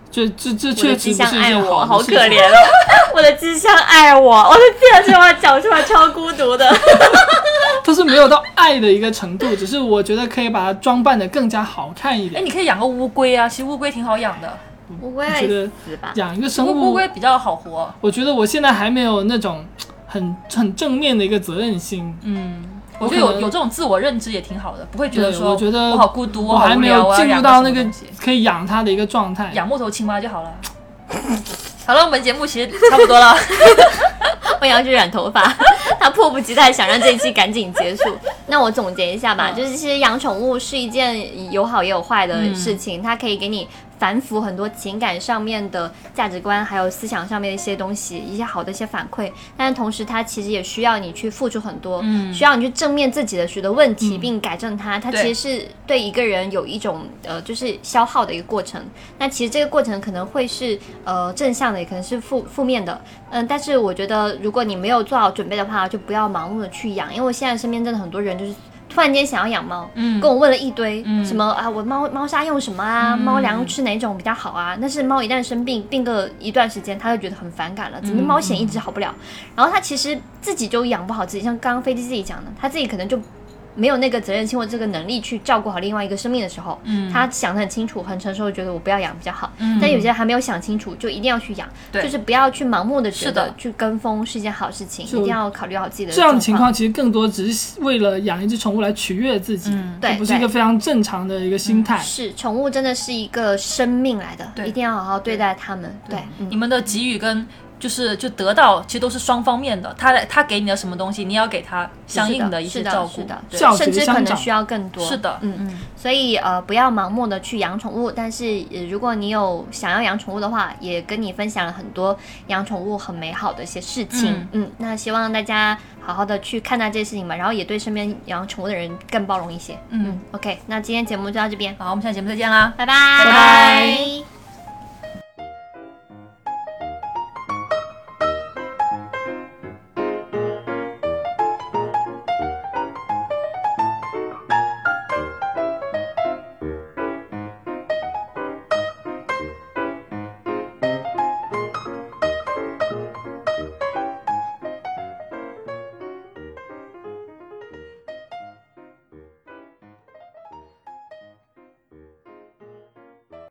[SPEAKER 3] 这这这
[SPEAKER 1] 我的
[SPEAKER 3] 确
[SPEAKER 1] 机
[SPEAKER 3] 实不
[SPEAKER 1] 箱
[SPEAKER 3] 是一
[SPEAKER 1] 爱
[SPEAKER 3] 件
[SPEAKER 1] 我，
[SPEAKER 3] 好
[SPEAKER 1] 好
[SPEAKER 3] 的
[SPEAKER 1] 可
[SPEAKER 3] 事情
[SPEAKER 1] 怜哦， 我的机箱爱我，我的天，这话讲出来超孤独 的。
[SPEAKER 3] 但是没有到爱的一个程度，只是我觉得可以把它装扮的更加好看一
[SPEAKER 2] 哎，
[SPEAKER 3] 点。
[SPEAKER 2] 你可以养个乌龟啊，其实乌龟挺好养的，
[SPEAKER 1] 乌龟
[SPEAKER 3] 觉得
[SPEAKER 1] 死吧，
[SPEAKER 3] 养一个生
[SPEAKER 2] 乌乌
[SPEAKER 3] 物，
[SPEAKER 2] 龟比较好活。
[SPEAKER 3] 我觉得我现在还没有那种很很正面的一个责任心。
[SPEAKER 2] 嗯，
[SPEAKER 3] 我
[SPEAKER 2] 我觉得
[SPEAKER 3] 可
[SPEAKER 2] 有
[SPEAKER 3] 能
[SPEAKER 2] 有这种自我认知也挺好的，不会觉得
[SPEAKER 3] 对
[SPEAKER 2] 说
[SPEAKER 3] 我觉得
[SPEAKER 2] 我好孤独，
[SPEAKER 3] 我
[SPEAKER 2] 好
[SPEAKER 3] 还
[SPEAKER 2] 无
[SPEAKER 3] 没
[SPEAKER 2] 聊，
[SPEAKER 3] 有
[SPEAKER 2] 我要
[SPEAKER 3] 进
[SPEAKER 2] 养
[SPEAKER 3] 入
[SPEAKER 2] 个
[SPEAKER 3] 到
[SPEAKER 2] 什么
[SPEAKER 3] 那个
[SPEAKER 2] 东西
[SPEAKER 3] 可以养它的一个状态。
[SPEAKER 2] 养木头青蛙就好了。 好了，我们节目其实差不多 了。
[SPEAKER 1] 我要去染头发， 他迫不及待想让这一期赶紧结束。那我总结一下吧，
[SPEAKER 2] 嗯
[SPEAKER 1] 就是其实养宠物是一件有好也有坏
[SPEAKER 3] 嗯
[SPEAKER 1] 的事情，它可以给你反腐很多情感上面的价值观，还有思想上面的一些东西，一些好的一些反馈。但是同时，它其实也需要你去付出很多，
[SPEAKER 2] 嗯
[SPEAKER 1] 需要你去正面自己的许多问题，并改正它。它
[SPEAKER 2] 对
[SPEAKER 1] 其实是对一个人有一种呃，就是消耗的一个过程。那其实这个过程可能会是呃正向的，也可能是负负面的。嗯，但是我觉得如果你没有做好准备的话，就不要盲目的去养，因为我现在身边真的很多人就是突然间想要养猫，
[SPEAKER 2] 嗯
[SPEAKER 1] 跟我问了一堆，
[SPEAKER 2] 嗯
[SPEAKER 1] 什么啊，我猫猫砂用什么啊，猫粮吃哪种比较好啊？但是猫一旦生病，病个一段时间，它就觉得很反感了，
[SPEAKER 2] 嗯
[SPEAKER 1] 怎么猫癣一直好不了？然后它其实自己就养不好自己，像刚刚飞机自己讲的，它自己可能就。没有那个责任心或这个能力去照顾好另外一个生命的时候，
[SPEAKER 2] 嗯
[SPEAKER 1] 他想得很清楚、很成熟，觉得我不要养比较好。
[SPEAKER 2] 嗯
[SPEAKER 1] 但有些人还没有想清楚，就一定要去养，
[SPEAKER 2] 对
[SPEAKER 1] 就是不要去盲目的觉
[SPEAKER 2] 是的
[SPEAKER 1] 得去跟风是一件好事情，
[SPEAKER 3] 就
[SPEAKER 1] 一定要考虑好自己的
[SPEAKER 3] 这样的
[SPEAKER 1] 状
[SPEAKER 3] 情
[SPEAKER 1] 况。
[SPEAKER 3] 况其实更多只是为了养一只宠物来取悦自己，
[SPEAKER 2] 嗯
[SPEAKER 1] 对
[SPEAKER 3] 这不是一个非常正常的一个心态。
[SPEAKER 1] 是，宠物真的是一个生命来的，
[SPEAKER 2] 对
[SPEAKER 1] 一定要好好对待它们。对，嗯
[SPEAKER 3] 嗯
[SPEAKER 2] 你们的给予跟就是就得到，其实都是双方面的。他他给你的什么东西，你要给他相应
[SPEAKER 1] 的
[SPEAKER 2] 一些
[SPEAKER 1] 是的
[SPEAKER 2] 照顾。
[SPEAKER 1] 是的，
[SPEAKER 2] 对
[SPEAKER 3] 教育
[SPEAKER 1] 甚至
[SPEAKER 3] 相
[SPEAKER 1] 可能
[SPEAKER 3] 长
[SPEAKER 1] 需要更多。
[SPEAKER 2] 嗯是的
[SPEAKER 1] 嗯，所以呃，不要盲目的去养宠物，但是、呃如果你有想要养宠物的话，也跟你分享了很多养宠物很美好的一些事情。嗯那希望大家好好的去看待这些事情吧，然后也对身边养宠物的人更包容一些。
[SPEAKER 2] 嗯
[SPEAKER 1] ，OK，那今天节目就到这边，
[SPEAKER 2] 好，我们下期节目再见啦。
[SPEAKER 1] 拜拜
[SPEAKER 2] 拜拜